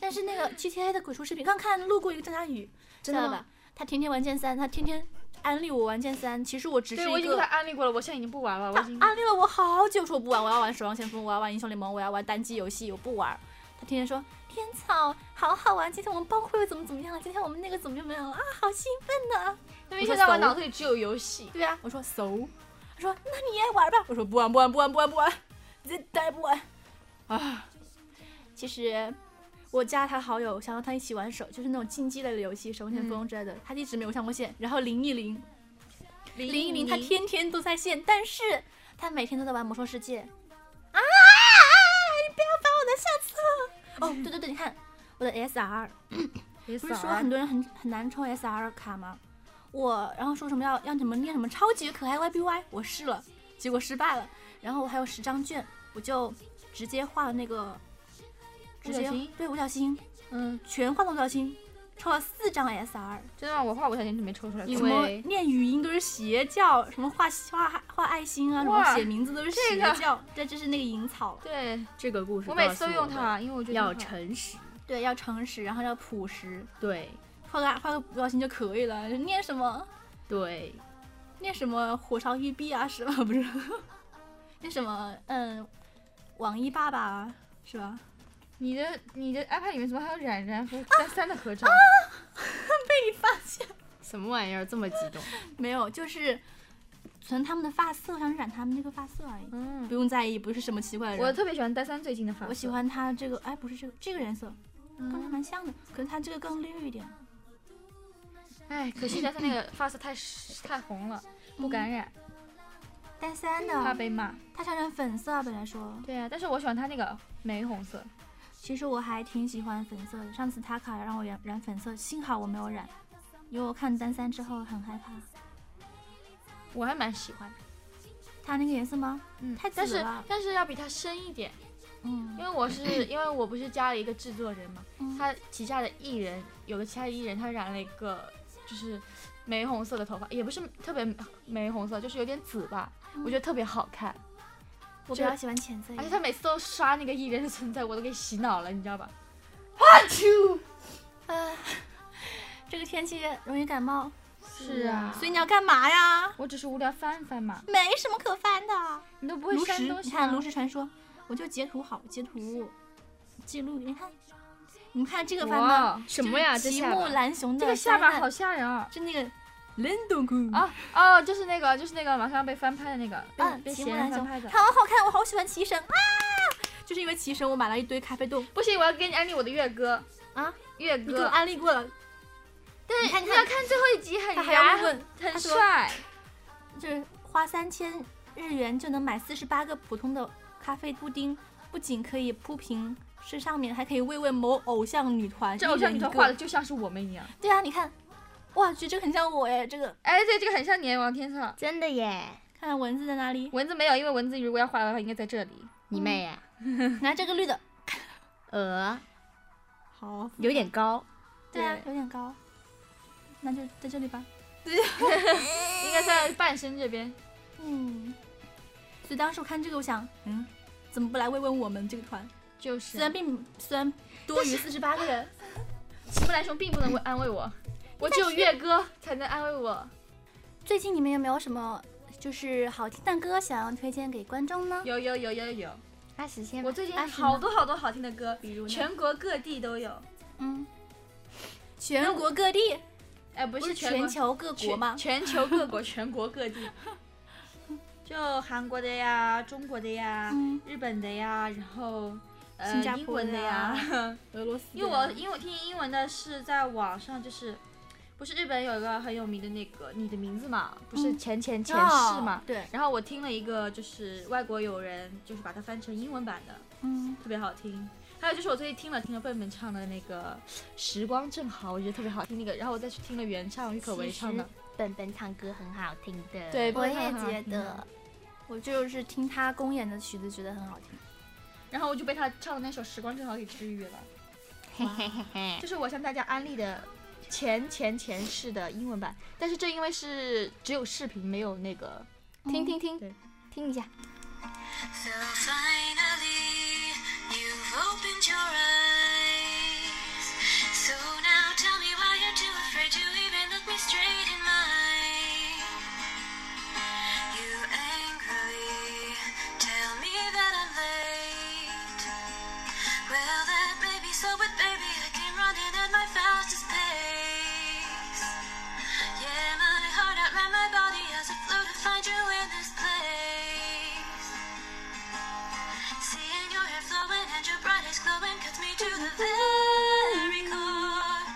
Speaker 1: 但是那个 GTA 的鬼畜视频，刚看路过一个张佳宇，知
Speaker 2: 的
Speaker 1: 道了
Speaker 2: 吗
Speaker 1: 吧？他天天玩剑三，他天天安利我玩剑三，其实我只是
Speaker 2: 对我已
Speaker 1: 一
Speaker 2: 经给他
Speaker 1: 个。啊
Speaker 2: 安利过了，我现在已经不玩了，我
Speaker 1: 他
Speaker 2: 已经
Speaker 1: 安利了我好久，说我不玩，我要玩守望先锋，我要玩英雄联盟，我要玩单机游戏，我不玩。他天天说天草好好玩，今天我们帮会又怎么怎么样了，今天我们那个怎么怎么样了啊，好兴奋呢。
Speaker 2: 因为现在我脑子里只有游戏，
Speaker 1: 对啊，我说熟，他说那你也玩吧，我说不玩不玩不玩不玩不玩，绝对不玩啊。其实我加他好友，想让他一起玩手，就是那种竞技类的游戏，
Speaker 2: 嗯
Speaker 1: 守望先锋之类的，他一直没有上过线。然后林一林，林一林他天天都在线，但是他每天都在玩魔兽世界。啊！你不要把我的吓死我！哦，对对对，你看我的 SR，不是说
Speaker 2: 啊
Speaker 1: 很多人很很难抽 SR 卡吗？我然后说什么要要你们练什么超级可爱 YBY，我试了，结果失败了。然后我还有十张券，我就直接画了那个直接
Speaker 2: 五角星
Speaker 1: 对五角星，
Speaker 2: 嗯，
Speaker 1: 全画了五角星，抽了四张 SR。
Speaker 2: 真的吗？啊我画五条线就没抽出来过，
Speaker 3: 因
Speaker 1: 什么
Speaker 3: 为
Speaker 1: 念语音都是邪教，什么画画画爱心啊，什么
Speaker 2: 哇
Speaker 1: 写名字都是邪
Speaker 2: 这个
Speaker 1: 教。对， 这是那个银草。
Speaker 2: 对
Speaker 3: 这个故事
Speaker 2: 我每次
Speaker 3: 告
Speaker 2: 都
Speaker 3: 诉
Speaker 2: 用
Speaker 3: 们
Speaker 2: 它，因为我觉得
Speaker 3: 要
Speaker 2: 很好
Speaker 3: 诚实。
Speaker 1: 对，要诚实，然后要朴实，
Speaker 3: 对
Speaker 1: 画个画个五角星就可以了。就念什么
Speaker 3: 对，
Speaker 1: 念什么火烧玉璧啊，是吧？ 不是，念什么嗯，网易爸爸啊，是吧？
Speaker 2: 你的你的 iPad 里面怎么还有冉冉和三三的合照？
Speaker 3: 什么玩意儿这么激动？
Speaker 1: 没有，就是存他们的发色，想染他们那个发色而已，
Speaker 2: 嗯，
Speaker 1: 不用在意，不是什么奇怪的人。
Speaker 2: 我特别喜欢丹三最近的发色，
Speaker 1: 我喜欢他这个，哎，不是这个这个颜色，跟他
Speaker 2: 嗯。
Speaker 1: 蛮像的，可是他这个更绿一点。
Speaker 2: 哎，可惜丹三那个发色太太红了，不感染，
Speaker 1: 单三
Speaker 2: 怕
Speaker 1: 的，
Speaker 2: 被骂。
Speaker 1: 他想染粉色啊，本来说，
Speaker 2: 对啊，但是我喜欢他那个玫红色。
Speaker 1: 其实我还挺喜欢粉色的。上次塔卡让我染染粉色，幸好我没有染，因为我看单三之后很害怕。
Speaker 2: 我还蛮喜欢的，
Speaker 1: 他那个颜色吗？
Speaker 2: 嗯，
Speaker 1: 太紫
Speaker 2: 但是
Speaker 1: 了
Speaker 2: 但是要比它深一点，
Speaker 1: 嗯
Speaker 2: 因为我 是因为我不是加了一个制作人嘛，
Speaker 1: 嗯
Speaker 2: 他旗下的艺人有个其他的艺人，他染了一个就是玫红色的头发，也不是特别玫红色，就是有点紫吧，我觉得特别好看，
Speaker 1: 我比
Speaker 2: 就
Speaker 1: 较喜欢浅色一
Speaker 2: 而且
Speaker 1: 点。
Speaker 2: 他每次都刷那个艺人的存在，我都给洗脑了，你知道吧？
Speaker 1: 呃，这个天气容易感冒，
Speaker 2: 是啊
Speaker 1: 所以你要干嘛呀？
Speaker 2: 我只是无聊翻翻嘛，
Speaker 1: 没什么可翻的。
Speaker 2: 你都不会
Speaker 1: 炉石
Speaker 2: 删，东
Speaker 1: 你
Speaker 2: 西啊
Speaker 1: 看
Speaker 2: 吗
Speaker 1: 炉？石传说，我就截图好，截图记录，你看，你们看这个翻吗？
Speaker 2: 哇，
Speaker 3: 什么呀？
Speaker 1: 就是
Speaker 3: 这
Speaker 1: 齐
Speaker 3: 下
Speaker 1: 木
Speaker 3: 巴
Speaker 1: 蓝熊的
Speaker 2: 这个下巴
Speaker 1: 灾难
Speaker 2: 好，吓人啊！
Speaker 1: 就那个冷冻库
Speaker 2: 啊哦，就是那个，就是那个马上要被翻拍的那个，被
Speaker 1: 嗯，
Speaker 2: 被
Speaker 1: 齐
Speaker 2: 嫌
Speaker 1: 木
Speaker 2: 人
Speaker 1: 蓝
Speaker 2: 翻
Speaker 1: 熊
Speaker 2: 拍的。
Speaker 1: 好好看，我好喜欢齐神啊！就是因为齐神，我买了一堆咖啡豆，
Speaker 2: 不行，我要给你安利我的月哥
Speaker 1: 啊，
Speaker 2: 月
Speaker 1: 你给我
Speaker 2: 哥，
Speaker 1: 安利过了，
Speaker 2: 对，
Speaker 1: 你看你
Speaker 2: 你
Speaker 1: 看
Speaker 2: 要看最后一集，
Speaker 1: 他
Speaker 2: 很
Speaker 1: 还要
Speaker 2: 燃，
Speaker 1: 问，
Speaker 2: 很
Speaker 1: 他说
Speaker 2: 帅，
Speaker 1: 就是花三千日元就能买四十八个普通的咖啡布丁，不仅可以铺平是上面，还可以慰问某偶像女团。
Speaker 2: 这偶像
Speaker 1: 一人
Speaker 2: 女
Speaker 1: 一
Speaker 2: 团
Speaker 1: 个
Speaker 2: 画的就像是我们一样，
Speaker 1: 对啊，你看哇去，这个很像我哎，这个
Speaker 2: 哎，对，这个很像你，往天上。
Speaker 4: 真的耶，
Speaker 1: 看看文字在哪里？
Speaker 2: 蚊子没有，因为蚊子如果要画的话，应该在这里。
Speaker 4: 你妹呀，
Speaker 1: 拿这个绿的，
Speaker 4: 鹅
Speaker 2: 好，
Speaker 4: 有点高，
Speaker 1: 对啊，有点高，那就在这里吧。
Speaker 2: 应该在半身这边。
Speaker 1: 嗯，所以当时我看这个，我想，嗯，怎么不来慰问我们这个团？
Speaker 2: 就
Speaker 1: 虽然
Speaker 2: 是，
Speaker 1: 并虽然多余四十八个人，
Speaker 2: 齐木兰兄并不能安慰我，
Speaker 1: 嗯
Speaker 2: 我只有月哥才能安慰我。
Speaker 1: 最近你们有没有什么就是好听的歌想要推荐给观众呢？
Speaker 2: 有有有有有，
Speaker 4: 八十先吧
Speaker 2: 我最近
Speaker 1: 阿什吗
Speaker 2: 好多好多好听的歌，
Speaker 1: 比如呢
Speaker 2: 全国各地都有。
Speaker 1: 嗯，全国各地
Speaker 2: 哎，不
Speaker 1: 不
Speaker 2: 是
Speaker 1: 是
Speaker 2: 全国
Speaker 1: 全球各国吗？
Speaker 2: 全球各国，全国各地， 就韩国的呀，中国的呀，
Speaker 1: 嗯
Speaker 2: 日本的呀，然后呃
Speaker 1: 新加
Speaker 2: 英
Speaker 1: 坡
Speaker 2: 文的
Speaker 1: 的
Speaker 2: 呀
Speaker 1: 呀。 俄罗斯的
Speaker 2: 因为我因为我听英文的是在网上，就是不是日本有一个很有名的那个你的名字嘛，不是
Speaker 1: 嗯
Speaker 2: 前前前世嘛
Speaker 1: 哦。对，
Speaker 2: 然后我听了一个，就是外国友人，就是把它翻成英文版的，
Speaker 1: 嗯，
Speaker 2: 特别好听。还有就是我最近听了听了笨笨唱的那个《时光正好》，我觉得特别好听那个，然后我再去听了原唱郁可唯唱的，
Speaker 4: 本本唱歌很好听的，
Speaker 2: 对，
Speaker 1: 我
Speaker 2: 笨笨
Speaker 1: 也
Speaker 2: 唱得很好
Speaker 1: 觉
Speaker 2: 听
Speaker 1: 得，我就是听他公演的曲子，觉得很好听。
Speaker 2: 然后我就被他唱的那首《时光正好》给治愈了。
Speaker 4: 嘿嘿嘿嘿，
Speaker 2: 这是我向大家安利的前前前世的英文版，但是这因为是只有视频没有那个，
Speaker 3: 听听听
Speaker 2: 对，
Speaker 3: 听一下。
Speaker 5: So finally, you've opened your eyes. So now tell me why you're too afraid to even look me straight in my eyes. You angrily tell me that I'm late. Well, that may be so, but baby, I came running at my fastest pace. Yeah, my heart outran my body as I flew to find you in this place. Seeing your hair flowing and your bright eyes glowing cuts me to the very core.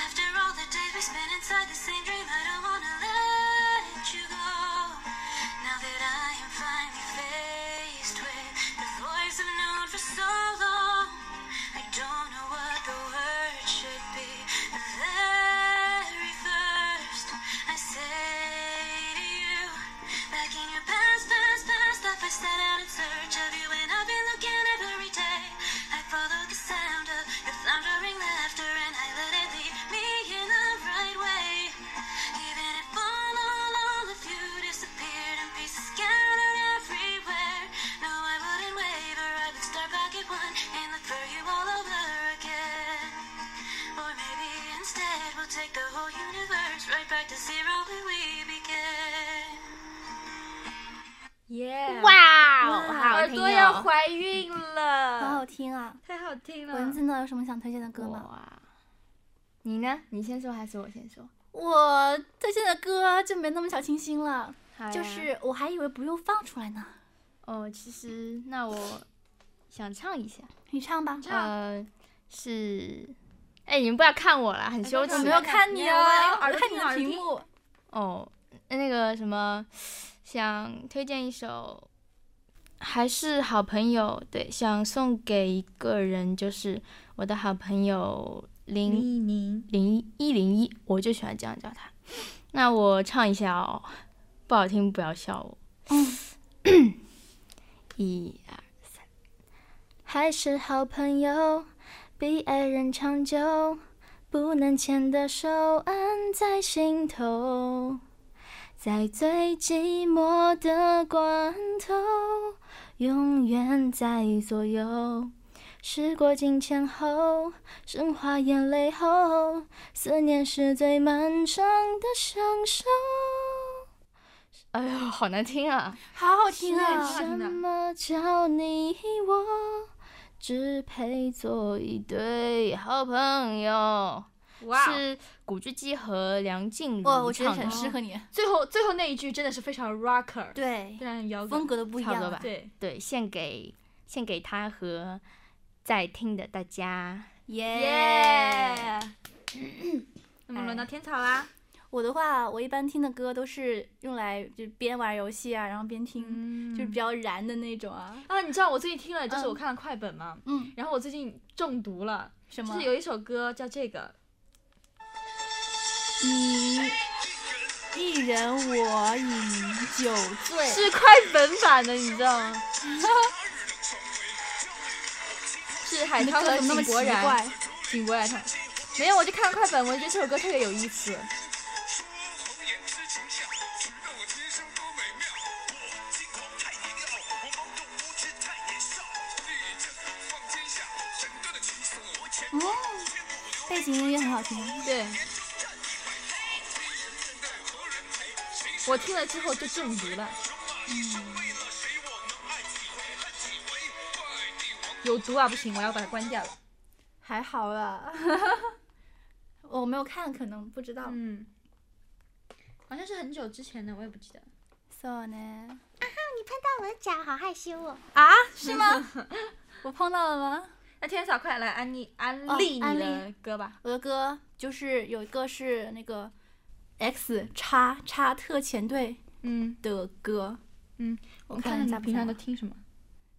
Speaker 5: After all the days we spent inside the same dream, I don't wanna let you go. Now that I am finally faced with the voice I've known for so long, I don't know what the word should be. The very first I say to you, back in your past, past, past life, I set out in search of you, and I've been looking every day. I followed the sound of your floundering laughter, and I let it lead me in the right way. Even if all, all, all of you disappeared and pieces scattered everywhere, no, I wouldn't waver. I would start back at one and look for you all over again. Or maybe instead we'll take the whole universe right back to zero where we began.
Speaker 2: 耶、
Speaker 4: 哇哦，好
Speaker 2: 耳
Speaker 4: 听
Speaker 2: 朵要
Speaker 4: 哦
Speaker 2: 怀孕
Speaker 1: 好
Speaker 2: 了，
Speaker 1: 好听啊！
Speaker 2: 太好听了。
Speaker 1: 蚊子呢，有什么想推荐的歌吗？
Speaker 3: 哇，你呢？你先说还是我先说？
Speaker 1: 我推荐的歌就没那么小清新了，就是我还以为不用放出来呢。
Speaker 3: 哦，其实那我想唱一下，
Speaker 1: 你唱吧，
Speaker 3: 呃，是，哎，你们不要看我啦，很羞
Speaker 2: 我
Speaker 1: 我
Speaker 3: 耻
Speaker 1: 没
Speaker 2: 没
Speaker 1: 有
Speaker 2: 有
Speaker 1: 哎看
Speaker 2: 看
Speaker 1: 你
Speaker 2: 你
Speaker 1: 啊，
Speaker 2: 啊我
Speaker 1: 我看你的
Speaker 2: 看你的
Speaker 1: 屏
Speaker 2: 屏
Speaker 1: 幕。
Speaker 3: 哦。那个什么，想推荐一首，还是好朋友，对，想送给一个人，就是我的好朋友林
Speaker 2: 李宁，
Speaker 3: 零一零一，我就喜欢这样叫他。那我唱一下哦，不好听不要笑我。一二三，还是好朋友，比爱人长久。不能牵的手，按在心头，在最寂寞的关头，永远在左右。时过境迁后，升华眼泪后，思念是最漫长的享受。哎呦，好难听啊！
Speaker 1: 好好听
Speaker 2: 是
Speaker 1: 啊！
Speaker 2: 好听的
Speaker 3: 什么叫你我只配做一对好朋友？
Speaker 2: 哇！哦
Speaker 3: 是古巨基和梁静
Speaker 1: 哇，
Speaker 3: 茹
Speaker 1: 我觉得
Speaker 3: 唱的
Speaker 1: 很适合你，
Speaker 2: 最后最后那一句真的是非常 rocker，
Speaker 1: 对
Speaker 2: 非，常摇滚
Speaker 1: 风，格都不一
Speaker 3: 差不
Speaker 1: 样
Speaker 3: 多吧
Speaker 2: 对，
Speaker 3: 对，献给献给他和在听的大家。
Speaker 1: 耶！
Speaker 2: 耶。那么轮到天草啦，
Speaker 1: 我的话，我一般听的歌都是用来就边玩游戏啊，然后边听，
Speaker 2: 嗯
Speaker 1: 就是比较燃的那种啊。
Speaker 2: 啊，你知道我最近听了，就是
Speaker 1: 嗯
Speaker 2: 我看了快本嘛，
Speaker 1: 嗯，
Speaker 2: 然后我最近中毒了，
Speaker 1: 什
Speaker 2: 就
Speaker 1: 么
Speaker 2: 是？有一首歌叫这个。
Speaker 5: Thank
Speaker 1: 你一人我饮酒醉，
Speaker 2: 是快本版的，你知道吗？是海涛和
Speaker 1: 歌怎么那么
Speaker 2: 井
Speaker 1: 奇
Speaker 2: 柏然，
Speaker 1: 怪？
Speaker 2: 井柏然唱。没有，我就看了快本，我就觉得这首歌特别有意思。
Speaker 1: 哦，背景音乐很好听，
Speaker 2: 对。我听了之后就中毒了。嗯有毒啊，不行，我要把它关掉了。
Speaker 1: 还好啦。我没有看，可能不知道。
Speaker 2: 嗯，好像是很久之前的，我也不记得。
Speaker 1: so 呢？
Speaker 4: 我的脚好害羞哦。
Speaker 1: 啊，是吗？我碰到了吗？
Speaker 2: 那天嫂，快来安利安
Speaker 1: 哦
Speaker 2: 利
Speaker 1: 安
Speaker 2: 你的歌吧。
Speaker 1: 我的歌就是有一个是那个 X 叉叉特遣队
Speaker 2: 嗯，
Speaker 1: 的歌，
Speaker 2: 我
Speaker 1: 看
Speaker 2: 看
Speaker 1: 一下
Speaker 2: 你
Speaker 1: 不
Speaker 2: 平常
Speaker 1: 像
Speaker 2: 都听什么？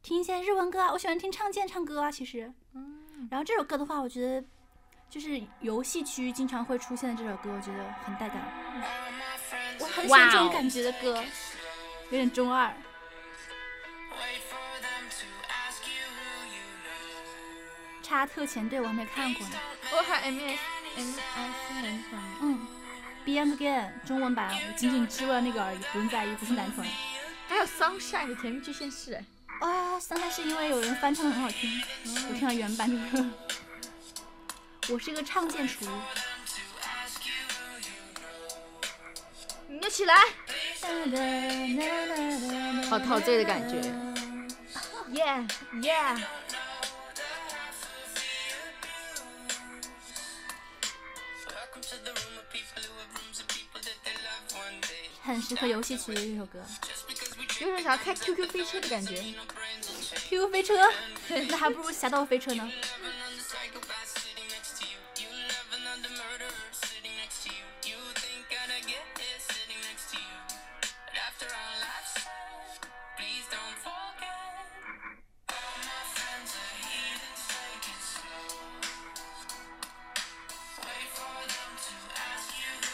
Speaker 1: 听一些日文歌啊，我喜欢听唱见唱歌啊，其实。
Speaker 4: 嗯
Speaker 1: 然后这首歌的话，我觉得就是游戏区经常会出现的这首歌，我觉得很带感。我很喜欢这种
Speaker 4: 哇哦
Speaker 1: 感觉的歌，有点中二。叉特前队我还没看过呢。
Speaker 2: 我还 M S M S 男团。
Speaker 1: 嗯，Beyond Again 中文版，我仅仅知了那个而已，不用在意，不是男团。
Speaker 2: 还有 Sunshine 的《甜蜜巨现世》哎。
Speaker 1: 啊，三代是因为有人翻唱的很好听，我听了原版这个。我是个唱见厨，
Speaker 2: 你就起来。好陶醉的感觉。Yeah yeah。
Speaker 1: 很适合游戏区的一首歌。
Speaker 2: 有种想要开 QQ 飞车的感觉。
Speaker 1: QQ 飞车， 那还不如侠盗飞车呢。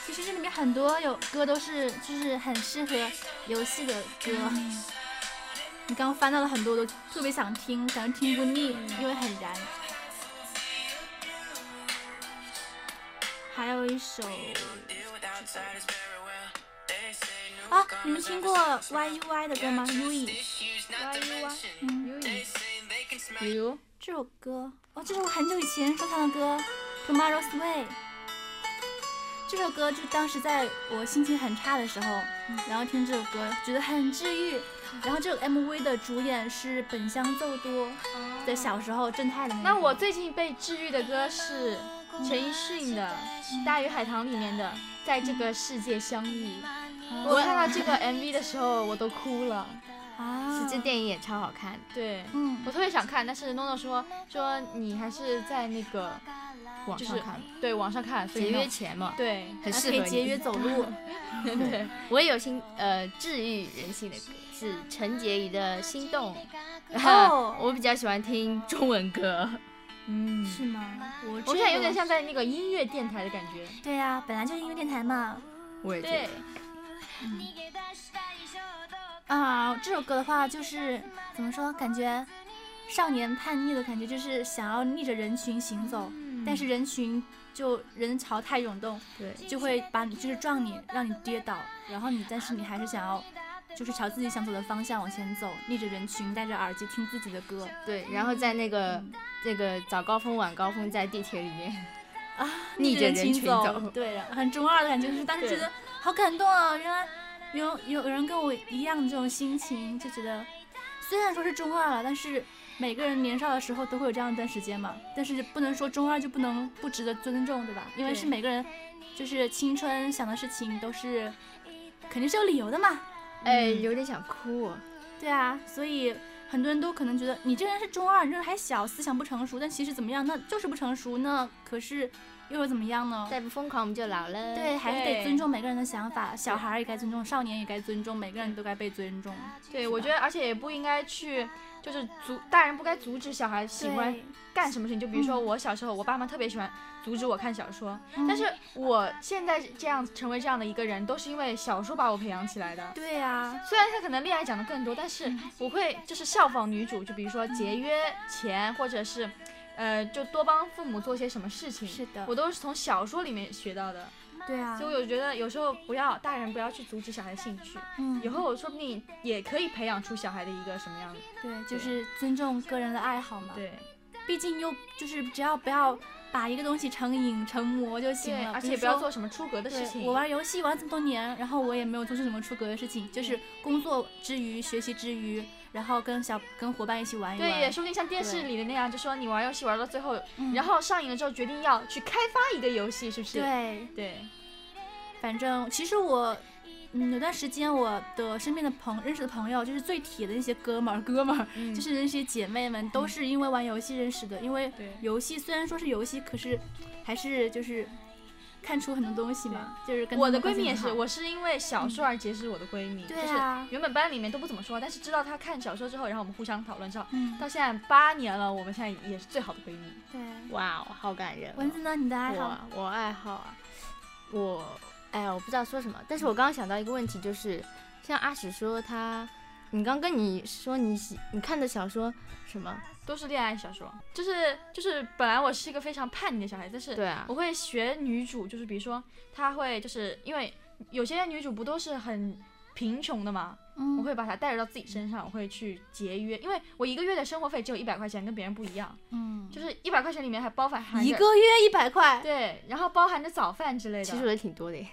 Speaker 1: 其实这里面很多有歌都是就是很适合游戏的歌。你刚刚翻到了很多，我都特别想听，感觉听不腻，因为很燃。还有一首啊，你们听过 YUI 的歌吗？UE
Speaker 2: Y U Y
Speaker 1: 嗯
Speaker 2: U E。比如，
Speaker 1: 这首歌，哦，这是我很久以前收藏的歌，《Tomorrow's Way》。这首歌就当时在我心情很差的时候，
Speaker 2: 嗯
Speaker 1: 然后听这首歌，觉得很治愈。然后这个 MV 的主演是本乡奏多的小时候正太的
Speaker 2: 哦那
Speaker 1: 个
Speaker 2: 我最近被治愈的歌是陈奕迅的《大鱼海棠》里面的《在这个世界相遇》。我看到这个 MV 的时候，我都哭了。
Speaker 1: 啊，
Speaker 4: 这电影也超好看，
Speaker 2: 对，
Speaker 1: 嗯
Speaker 2: 我特别想看，但是诺诺说说你还是在那个
Speaker 4: 网
Speaker 2: 就
Speaker 4: 上
Speaker 2: 是
Speaker 4: 看，
Speaker 2: 对网上看，所以
Speaker 4: 节
Speaker 2: 没有
Speaker 4: 约钱嘛，
Speaker 2: 对
Speaker 4: 很
Speaker 1: 还
Speaker 4: 适
Speaker 1: 可
Speaker 4: 合
Speaker 1: 以
Speaker 4: 你
Speaker 1: 节约。走 路。
Speaker 2: 对，
Speaker 4: 我也有新呃治愈人心的歌，是陈洁仪的《心动》
Speaker 1: 哦
Speaker 4: 我比较喜欢听中文歌，
Speaker 2: 嗯，
Speaker 1: 是吗？我
Speaker 2: 我
Speaker 1: 这
Speaker 2: 现在有点
Speaker 1: 个
Speaker 2: 像在那个音乐电台的感觉。
Speaker 1: 对呀、本来就是音乐电台嘛。
Speaker 4: 我也觉
Speaker 2: 对
Speaker 4: 得。，
Speaker 1: 啊，这首歌的话就是怎么说，感觉少年叛逆的感觉，就是想要逆着人群行走，但是人群就人潮太涌动，
Speaker 4: 对，
Speaker 1: 就会把你就是撞你，让你跌倒，然后你但是你还是想要。就是朝自己想走的方向往前走，逆着人群，戴着耳机听自己的 歌嗯
Speaker 4: 对，然后在那
Speaker 3: 呃
Speaker 4: 个那个早高峰、晚高峰，在地铁里面，
Speaker 1: 啊，
Speaker 4: 逆着人群
Speaker 1: 走，
Speaker 4: 走
Speaker 1: 对，很中二的感觉。就是当时觉得好感动啊，原来有有有人跟我一样这种心情，就觉得虽然说是中二了，但是每个人年少的时候都会有这样一段时间嘛，但是不能说中二就不能不值得尊重，对吧？因为
Speaker 2: 对
Speaker 1: 是每个人就是青春想的事情都是肯定是有理由的嘛，
Speaker 4: 哎，有点想哭、哦。
Speaker 1: 对啊，所以很多人都可能觉得你这个人是中二，你这个人还小，思想不成熟，但其实怎么样，那就是不成熟，那可是又有怎么样呢？
Speaker 4: 再不疯狂，我们就老了。
Speaker 1: 嗯对，嗯还是
Speaker 2: 对
Speaker 1: 得尊重每个人的想法，小孩儿也该尊重，少年也该尊重，每个人都该被尊重。
Speaker 2: 对，我觉得而且也不应该去，就是阻大人不该阻止小孩喜欢
Speaker 1: 对嗯
Speaker 2: 干什么事情。就比如说我小时候，我爸妈特别喜欢阻止我看小说，但是我现在这样成为这样的一个人，都是因为小说把我培养起来的。
Speaker 1: 对啊呀、
Speaker 2: 虽然他可能恋爱讲的更多，但是
Speaker 1: 嗯
Speaker 2: 我会就是效仿女主，就比如说节约钱，或者是，呃，就多帮父母做些什么事情。
Speaker 1: 是的
Speaker 2: 我都是从小说里面学到的，
Speaker 1: 对啊
Speaker 2: 所以我觉得有时候不要大人不要去阻止小孩的兴趣，
Speaker 1: 嗯
Speaker 2: 以后我说不定也可以培养出小孩的一个什么样的。啊
Speaker 1: 对，就是尊重个人的爱好嘛。，
Speaker 2: 对
Speaker 1: 毕竟又就是只要不要把一个东西成瘾成魔就行
Speaker 2: 对，
Speaker 1: 了，
Speaker 2: 而
Speaker 1: 比
Speaker 2: 且
Speaker 1: 如
Speaker 2: 不要
Speaker 1: 说
Speaker 2: 做什么出格的事
Speaker 1: 对
Speaker 2: 情。
Speaker 1: 我玩游戏玩了这么多年，然后我也没有做出什么出格的事情，就是工作之余、学习之余，然后跟小跟伙伴一起玩一玩。
Speaker 2: 对，也说不定像电视
Speaker 1: 对
Speaker 2: 里的那样，就说你玩游戏玩到最后，
Speaker 1: 嗯
Speaker 2: 然后上瘾了之后决定要去开发一个游戏，是不是？
Speaker 1: 对，
Speaker 2: 对
Speaker 1: 反正其实我，嗯，有段时间我的身边的朋认识的朋友，就是最铁的那些哥们儿、哥们儿，
Speaker 2: 嗯
Speaker 1: 就是那些姐妹们，都是因为玩游戏认识的。因为
Speaker 2: 对
Speaker 1: 游戏虽然说是游戏，可是还是就是看出很多东西嘛，就是跟
Speaker 2: 我
Speaker 1: 他
Speaker 2: 的
Speaker 1: 们
Speaker 2: 闺蜜也
Speaker 1: 关系
Speaker 2: 是，
Speaker 1: 很好嗯
Speaker 2: 我是因为小说而结识我的闺蜜，
Speaker 1: 对啊
Speaker 2: 就是原本班里面都不怎么说，但是知道她看小说之后，然后我们互相讨论之后，
Speaker 1: 嗯，
Speaker 2: 到现在八年了，我们现在也是最好的闺蜜。
Speaker 1: 对。
Speaker 4: 哇哦，好感人哦、
Speaker 1: 嗯蚊子呢？你的爱好？
Speaker 4: 我我爱好啊，我哎呀，我不知道说什么，但是我刚刚想到一个问题，就是像阿史说他，你刚跟你说你喜你看的小说什么？
Speaker 2: 都是恋爱小说，就是就是本来我是一个非常叛逆的小孩，但是
Speaker 4: 对啊
Speaker 2: 我会学女主，就是比如说她会就是因为有些女主不都是很贫穷的嘛，
Speaker 1: 嗯
Speaker 2: 我会把它带入到自己身上，我会去节约，因为我一个月的生活费只有一百块钱，跟别人不一样，
Speaker 1: 嗯，
Speaker 2: 就是一百块钱里面还包含含着
Speaker 1: 一个月一百块，
Speaker 2: 对，然后包含着早饭之类的，
Speaker 4: 其实我也挺多的耶，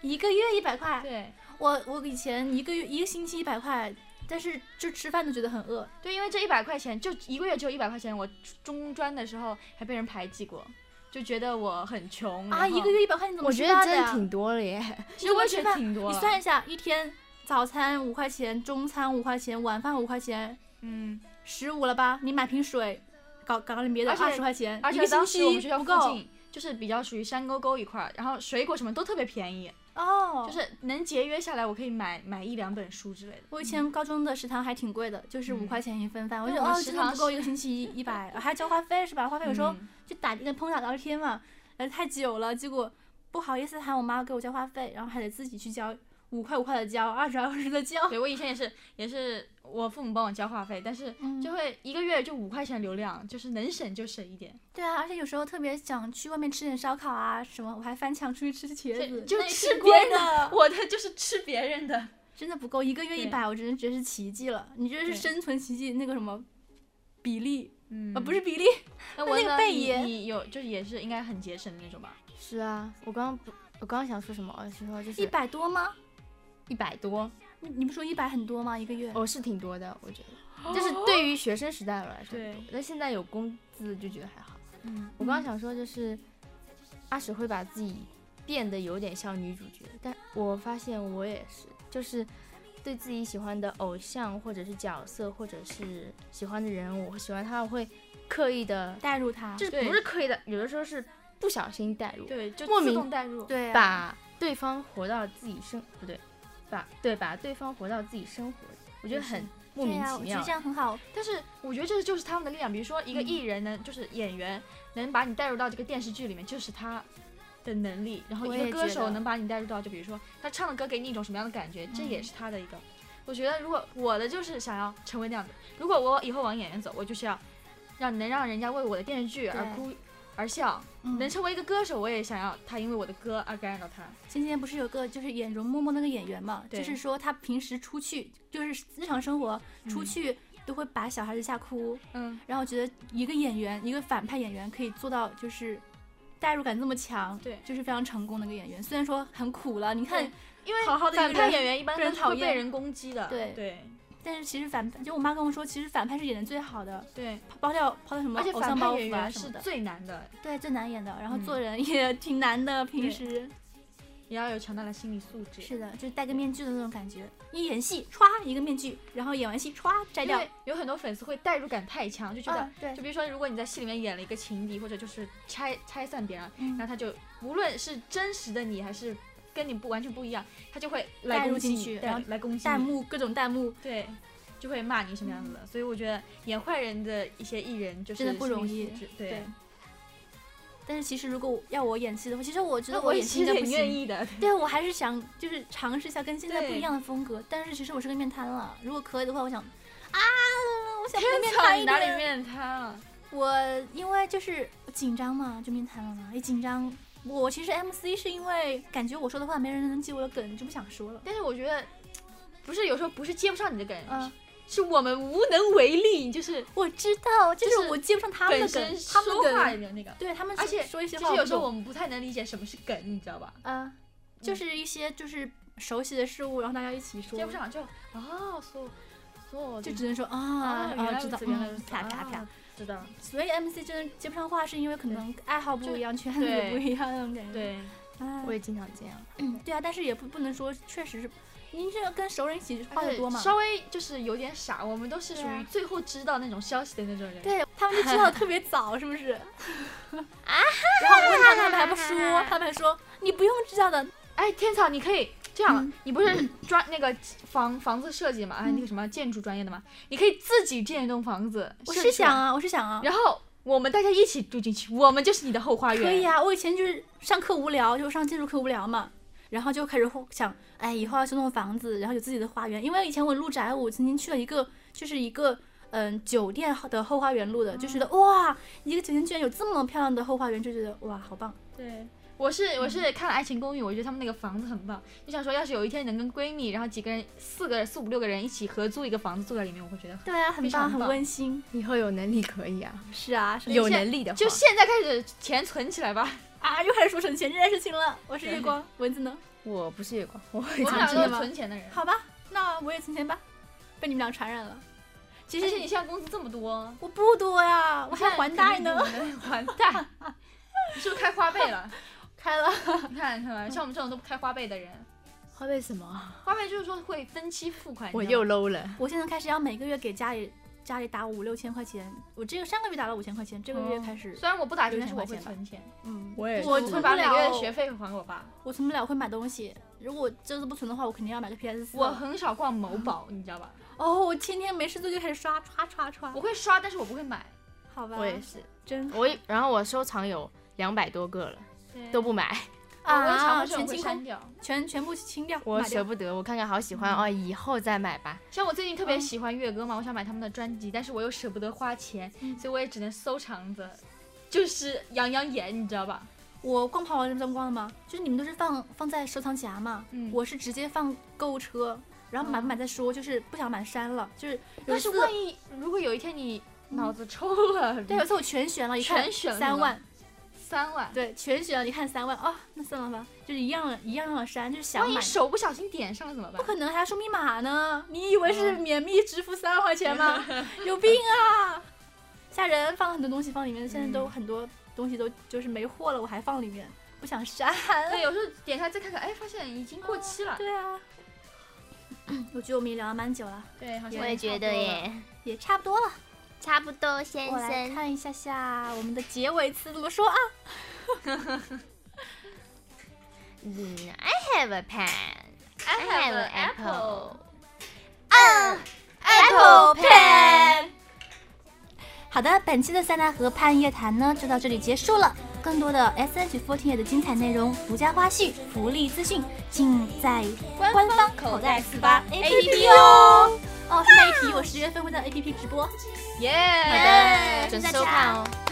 Speaker 1: 一个月一百块。
Speaker 2: 对。
Speaker 1: 我我以前一个月一个星期一百块，但是就吃饭都觉得很饿。
Speaker 2: 对，因为这一百块钱就一个月只有一百块钱，我中专的时候还被人排挤过，就觉得我很穷
Speaker 1: 啊，一个。月一百块，你怎么
Speaker 4: 我觉
Speaker 1: 吃
Speaker 4: 得
Speaker 1: 饭的
Speaker 4: 真的
Speaker 1: 呀？
Speaker 4: 挺多了耶。
Speaker 2: 其实我也觉
Speaker 1: 吃
Speaker 2: 得
Speaker 1: 饭
Speaker 2: 挺多
Speaker 1: 你
Speaker 2: 了
Speaker 1: 算一下，一天早餐五块钱，中餐五块钱，晚饭五块钱，
Speaker 2: 嗯，
Speaker 1: 十五了吧？你买瓶水，搞搞点别的，
Speaker 2: 而且
Speaker 1: 二十块钱，
Speaker 2: 而
Speaker 1: 一
Speaker 2: 且
Speaker 1: 个星
Speaker 2: 当时我们学
Speaker 1: 期
Speaker 2: 校
Speaker 1: 不
Speaker 2: 附
Speaker 1: 够
Speaker 2: 近就是比较属于山沟沟一块儿，然后水果什么都特别便宜，
Speaker 1: 哦。
Speaker 2: 就是能节约下来，我可以买买一两本书之类的。
Speaker 1: 我以前高中的食堂还挺贵的，就是五
Speaker 2: 嗯
Speaker 1: 块钱一份饭，我
Speaker 2: 那
Speaker 1: 觉得
Speaker 2: 我
Speaker 1: 哦
Speaker 2: 们，食
Speaker 1: 真的
Speaker 2: 堂
Speaker 1: 不够
Speaker 2: 是
Speaker 1: 一个 星期一百，还要交话费是吧？话费有时候
Speaker 2: 嗯
Speaker 1: 就打那个碰打聊天嘛，然后太久了，结果不好意思喊我妈给我交话费，然后还得自己去交，五块五块的交，二十二十的交。
Speaker 2: 对我以前也是也是我父母帮我交话费，但是
Speaker 1: 嗯
Speaker 2: 就会一个月就五块钱流量，就是能省就省一点，
Speaker 1: 对啊，而且有时候特别想去外面吃点烧烤啊什么，我还翻墙出去吃茄
Speaker 2: 就
Speaker 1: 子，
Speaker 2: 就
Speaker 1: 那也
Speaker 2: 吃
Speaker 1: 挺
Speaker 2: 别
Speaker 1: 贵
Speaker 2: 人的，
Speaker 1: 的，
Speaker 2: 我的就是吃别人的。
Speaker 1: 真的不够，一个月一
Speaker 2: 对
Speaker 1: 百，我真的觉得是奇迹了。你这是
Speaker 2: 对
Speaker 1: 生存奇迹那个什么比例
Speaker 2: 嗯
Speaker 1: 啊、不是比例，
Speaker 2: 那
Speaker 1: 那
Speaker 2: 我
Speaker 1: 那个
Speaker 2: 呢
Speaker 1: 贝
Speaker 2: 你
Speaker 1: 爷
Speaker 2: 你有就是也是应该很节省的那种吧？
Speaker 4: 是啊，我刚刚不，我刚刚想说什么？我是说就是
Speaker 1: 一百多吗？
Speaker 4: 一百多，
Speaker 1: 你你不说一百很多吗？一个月？
Speaker 4: 哦，是挺多的，我觉得， 就是对于学生时代来说，
Speaker 2: 对，
Speaker 4: 那现在有工资就觉得还好。
Speaker 2: 嗯，
Speaker 4: 我刚刚想说就是，阿史会把自己变得有点像女主角，但我发现我也是，就是对自己喜欢的偶像或者是角色或者是喜欢的人，我喜欢他我会刻意的，
Speaker 1: 代入它，
Speaker 4: 就是
Speaker 2: 对
Speaker 4: 不是刻意的，有的时候是不小心带入，
Speaker 2: 对，就
Speaker 4: 莫
Speaker 2: 自
Speaker 4: 名
Speaker 2: 动带入。
Speaker 1: 对、啊，
Speaker 4: 把对方活到自己生不对，把对把对方活到自己生活，我觉得很莫
Speaker 1: 对
Speaker 4: 名
Speaker 1: 呀、
Speaker 4: 其
Speaker 1: 我觉
Speaker 4: 妙
Speaker 1: 得这。样很好。
Speaker 2: 但是我觉得这就是他们的力量，比如说一个艺人能，就是演员能把你带入到这个电视剧里面，就是他的能力。然后
Speaker 1: 我
Speaker 2: 一个
Speaker 1: 也
Speaker 2: 歌
Speaker 1: 觉
Speaker 2: 手
Speaker 1: 得
Speaker 2: 能把你带入到，就比如说他唱的歌给你一种什么样的感觉，这也是他的一个。我觉得如果我的就是想要成为那样的，如果我以后往演员走，我就是要让能让人家为我的电视剧而
Speaker 1: 对
Speaker 2: 哭而笑，
Speaker 1: 嗯
Speaker 2: 能成为一个歌手，我也想要他因为我的歌而感染到他。
Speaker 1: 今天不是有个就是演容嬷嬷那个演员嘛，
Speaker 2: 对
Speaker 1: 就是说她平时出去就是日常生活出去都会把小孩子吓哭，
Speaker 2: 嗯，
Speaker 1: 然后我觉得一个演员一个反派演员可以做到就是代入感这么强，
Speaker 2: 对
Speaker 1: 就是非常成功的一个演员。虽然说很苦了，你看
Speaker 2: 对，因为
Speaker 1: 好好的一
Speaker 2: 反
Speaker 1: 个
Speaker 2: 派
Speaker 1: 人
Speaker 2: 演员一般
Speaker 1: 被
Speaker 2: 都
Speaker 1: 人
Speaker 2: 是
Speaker 1: 讨
Speaker 2: 会被
Speaker 1: 厌
Speaker 2: 人攻击的。
Speaker 1: 对
Speaker 2: 对
Speaker 1: 但是其实反就我妈跟我说，其实反派是演的最好的，
Speaker 2: 对，
Speaker 1: 抛掉抛掉什么
Speaker 2: 而且
Speaker 1: 偶
Speaker 2: 反
Speaker 1: 像
Speaker 2: 派
Speaker 1: 包
Speaker 2: 演
Speaker 1: 袱啊
Speaker 2: 员
Speaker 1: 什
Speaker 2: 是
Speaker 1: 么的，
Speaker 2: 最难的，
Speaker 1: 对，最难演的。然后
Speaker 2: 嗯
Speaker 1: 做人也挺难的，平
Speaker 2: 对
Speaker 1: 时
Speaker 2: 也要有强大的心理素质。
Speaker 1: 是的，就是戴个面具的那种感觉。一演戏歘一个面具，然后演完戏歘摘
Speaker 2: 因
Speaker 1: 掉
Speaker 2: 为。有很多粉丝会代入感太强，就觉得
Speaker 1: 啊，，对
Speaker 2: 就比如说，如果你在戏里面演了一个情敌，或者就是拆拆散别人，
Speaker 1: 嗯
Speaker 2: 然后他就无论是真实的你还是跟你不完全不一样，他就会来
Speaker 1: 带入
Speaker 2: 攻击
Speaker 1: 进
Speaker 2: 你
Speaker 1: 去
Speaker 2: 带
Speaker 1: 然后
Speaker 2: 来攻击
Speaker 1: 弹
Speaker 2: 你。
Speaker 1: 幕各种弹幕，
Speaker 2: 对，就会骂你什么样子的。所以我觉得演坏人的一些艺人就是
Speaker 1: 真的不容
Speaker 2: 心理
Speaker 1: 易
Speaker 2: 素质对，
Speaker 1: 对但是其实如果要我演戏的话，其实我觉得
Speaker 2: 那
Speaker 1: 我
Speaker 2: 我
Speaker 1: 演戏应该不
Speaker 2: 挺愿
Speaker 1: 行。
Speaker 2: 意 的。
Speaker 1: 对，我还是想就是尝试一下跟现在不
Speaker 2: 对
Speaker 1: 一样的风格。但是其实我是个面瘫了，如果可以的话，我想啊，我想变面瘫一
Speaker 2: 你哪里
Speaker 1: 点。
Speaker 2: 面瘫了？
Speaker 1: 我因为就是紧张嘛，就面瘫了嘛。一紧张，我其实 MC 是因为感觉我说的话没人能接我的梗，就不想说了。
Speaker 2: 但是我觉得，不是有时候不是接不上你的梗，
Speaker 1: 嗯，
Speaker 2: 是我们无能为力，就是
Speaker 1: 我知道，就
Speaker 2: 就是
Speaker 1: 是我接不上他们
Speaker 2: 本
Speaker 1: 的
Speaker 2: 身
Speaker 1: 梗，他们
Speaker 2: 说
Speaker 1: 的
Speaker 2: 话
Speaker 1: 梗，
Speaker 2: 的那个。
Speaker 1: 对他们
Speaker 2: 而且
Speaker 1: 说一些
Speaker 2: 其
Speaker 1: 话，
Speaker 2: 实有时候嗯我们不太能理解什么是梗，你知道吧？
Speaker 1: 啊，就是一些就是熟悉的事物，然后大家一起说
Speaker 2: 接，不上就哦，所所
Speaker 1: 就只能说啊
Speaker 2: 啊，原
Speaker 1: 啊，
Speaker 2: 来
Speaker 1: 知
Speaker 2: 如
Speaker 1: 道
Speaker 2: 此，，原来如
Speaker 1: 嗯
Speaker 2: 此，
Speaker 1: 啪啪啪
Speaker 2: 啊。，知道，
Speaker 1: 所以 MC 真的接不上话，是因为可能爱好不
Speaker 2: 就
Speaker 1: 一样，圈子
Speaker 2: 对
Speaker 1: 不一样那种感觉。
Speaker 2: 对，
Speaker 1: 啊，
Speaker 4: 我也经常这样。
Speaker 1: 对啊，但是也不不能说，确实是，您这跟熟人一起话
Speaker 2: 而
Speaker 1: 的
Speaker 2: 且
Speaker 1: 多嘛？
Speaker 2: 稍微就是有点傻，我们都是属
Speaker 1: 对啊
Speaker 2: 于最后知道那种消息的那种人，
Speaker 1: 对他们就知道得特别早，是不是？啊！然后我问他，他们还不说，他们还说你不用知道的，
Speaker 2: 哎，天草，你可以这样，
Speaker 1: 嗯
Speaker 2: 你不是专那个房房子设计嘛，啊，那个什么建筑专业的嘛，你可以自己建一栋房子。
Speaker 1: 我
Speaker 2: 设
Speaker 1: 是
Speaker 2: 计出来
Speaker 1: 想，啊，我是想啊。
Speaker 2: 然后我们大家一起住进去，我们就是你的后花园。
Speaker 1: 可以啊，我以前就是上课无聊，就上建筑课无聊嘛，然后就开始想，哎，以后要去弄房子，然后有自己的花园。因为以前我录宅舞，曾经去了一个，就是一个嗯酒店的后花园录的，就觉得哇，一个酒店居然有这么漂亮的后花园，就觉得哇，好棒。
Speaker 2: 对，我
Speaker 1: 嗯
Speaker 2: 是我是看了《爱情公寓》，我觉得他们那个房子很棒，就想说要是有一天能跟闺蜜，然后几个人四个四五六个人一起合租一个房子住在里面，我会觉得。
Speaker 1: 对啊，很
Speaker 2: 非常
Speaker 1: 棒，
Speaker 2: 棒
Speaker 1: 很温馨。
Speaker 4: 以后有能力可以啊，
Speaker 1: 是啊，是
Speaker 4: 有
Speaker 2: 现
Speaker 4: 能力的话
Speaker 2: 就现在开始钱存起来吧，
Speaker 1: 啊，又开始说省钱这件事情了。我是月光，蚊子呢？
Speaker 4: 我不是月光，我
Speaker 2: 我们
Speaker 1: 存
Speaker 2: 两
Speaker 1: 钱
Speaker 2: 个都
Speaker 1: 的
Speaker 2: 是
Speaker 1: 吗
Speaker 2: 存钱的人。
Speaker 1: 好吧，那我也存钱吧，被你们俩传染了。其
Speaker 2: 其实
Speaker 1: 实
Speaker 2: 你现在工资这么多，
Speaker 1: 我不多呀，哎我还还贷呢。，
Speaker 2: 还贷，你是不是开花呗 了？
Speaker 1: 开了，嗯
Speaker 2: 你看看吧，像我们这种都不开花呗的人，
Speaker 4: 花呗什么？
Speaker 2: 花呗就是说会分期付款。
Speaker 4: 我
Speaker 2: 你知道
Speaker 4: 又
Speaker 2: 吗
Speaker 4: low 了。
Speaker 1: 我现在开始要每个月给家里家里打五六千块钱，我这个上个月打了五千块钱，这个月开始，
Speaker 2: 虽然我不打钱，
Speaker 1: 有
Speaker 2: 但是
Speaker 1: 钱
Speaker 2: 我
Speaker 1: 花
Speaker 2: 会
Speaker 1: 钱吧
Speaker 2: 存钱，
Speaker 1: 嗯，
Speaker 4: 哦我也
Speaker 1: 我
Speaker 2: 我
Speaker 1: 存
Speaker 2: 会
Speaker 1: 不
Speaker 2: 把每个月
Speaker 1: 了
Speaker 2: 的学费还给我爸。
Speaker 1: 我存不了，会买东西。如果这次不存的话，我肯定要买个 PS 四。
Speaker 2: 我很少逛某宝，你知道吧？
Speaker 1: 哦，我天天没事做就开始刷刷刷刷
Speaker 2: 我，会刷，但是我不会买。
Speaker 1: 好吧，
Speaker 4: 我也是，
Speaker 1: 真好
Speaker 4: 我也然后我收藏有两百多个了，都不买，
Speaker 2: 我有
Speaker 1: 啊，
Speaker 2: 尝试
Speaker 1: 全
Speaker 2: 我会
Speaker 1: 清
Speaker 2: 删
Speaker 1: 空，
Speaker 2: 掉。
Speaker 1: 全全部清掉，
Speaker 4: 我
Speaker 1: 买
Speaker 4: 舍
Speaker 1: 掉。
Speaker 4: 不得。我看看好喜欢哦，以后再买吧。
Speaker 2: 像我最近特别喜欢月歌嘛，我想买他们的专辑，但是我又舍不得花钱，所以我也只能收藏着，就是养养眼，你知道吧？
Speaker 1: 我逛淘宝是这么逛的吗？就是你们都是放放在收藏夹嘛，
Speaker 2: 嗯
Speaker 1: 我是直接放购物车，然后买不买再说，就是不想买删了，就是有
Speaker 2: 但
Speaker 1: 一
Speaker 2: 是
Speaker 1: 次。
Speaker 2: 万一如果有一天你脑子抽了，
Speaker 1: 对，有一次我全选了，一看
Speaker 2: 全选了
Speaker 1: 三万，
Speaker 2: 三万，
Speaker 1: 对，全选了，一看三万啊、那算了吧，就是一样一样的删，就是想
Speaker 2: 万一
Speaker 1: 买，
Speaker 2: 手不小心点上了怎么办
Speaker 1: 不？可能还要输密码呢。你以为是免密支付三万块钱 吗？有病啊！吓人，放了很多东西放里面，现在都很多东西都就是没货了，我还放里面，不想 删。
Speaker 2: 对，有时候点开再看看，哎，发现已经过期了。
Speaker 1: 对啊， 我觉得我们也聊了蛮久了，
Speaker 2: 对，好像
Speaker 1: 我
Speaker 2: 也差不多了。，
Speaker 1: 也差不多了。
Speaker 3: 差不多，先
Speaker 1: 我来。看一下下我们的结尾词怎么说啊？
Speaker 4: 嗯，I Mm, have a pen。
Speaker 2: I have
Speaker 4: an
Speaker 2: an apple。
Speaker 1: Apple Pen。好的，本期的塞纳河畔夜谈呢就到这里结束了。更多的 S H Forty 的精彩内容、独家花絮、福利资讯，尽在官方口袋四八 A P P 哦。哦，顺带一提，我十月份会在 A P P 直播。
Speaker 2: 耶！
Speaker 1: 好的
Speaker 4: 准时收看哦。
Speaker 1: 嗯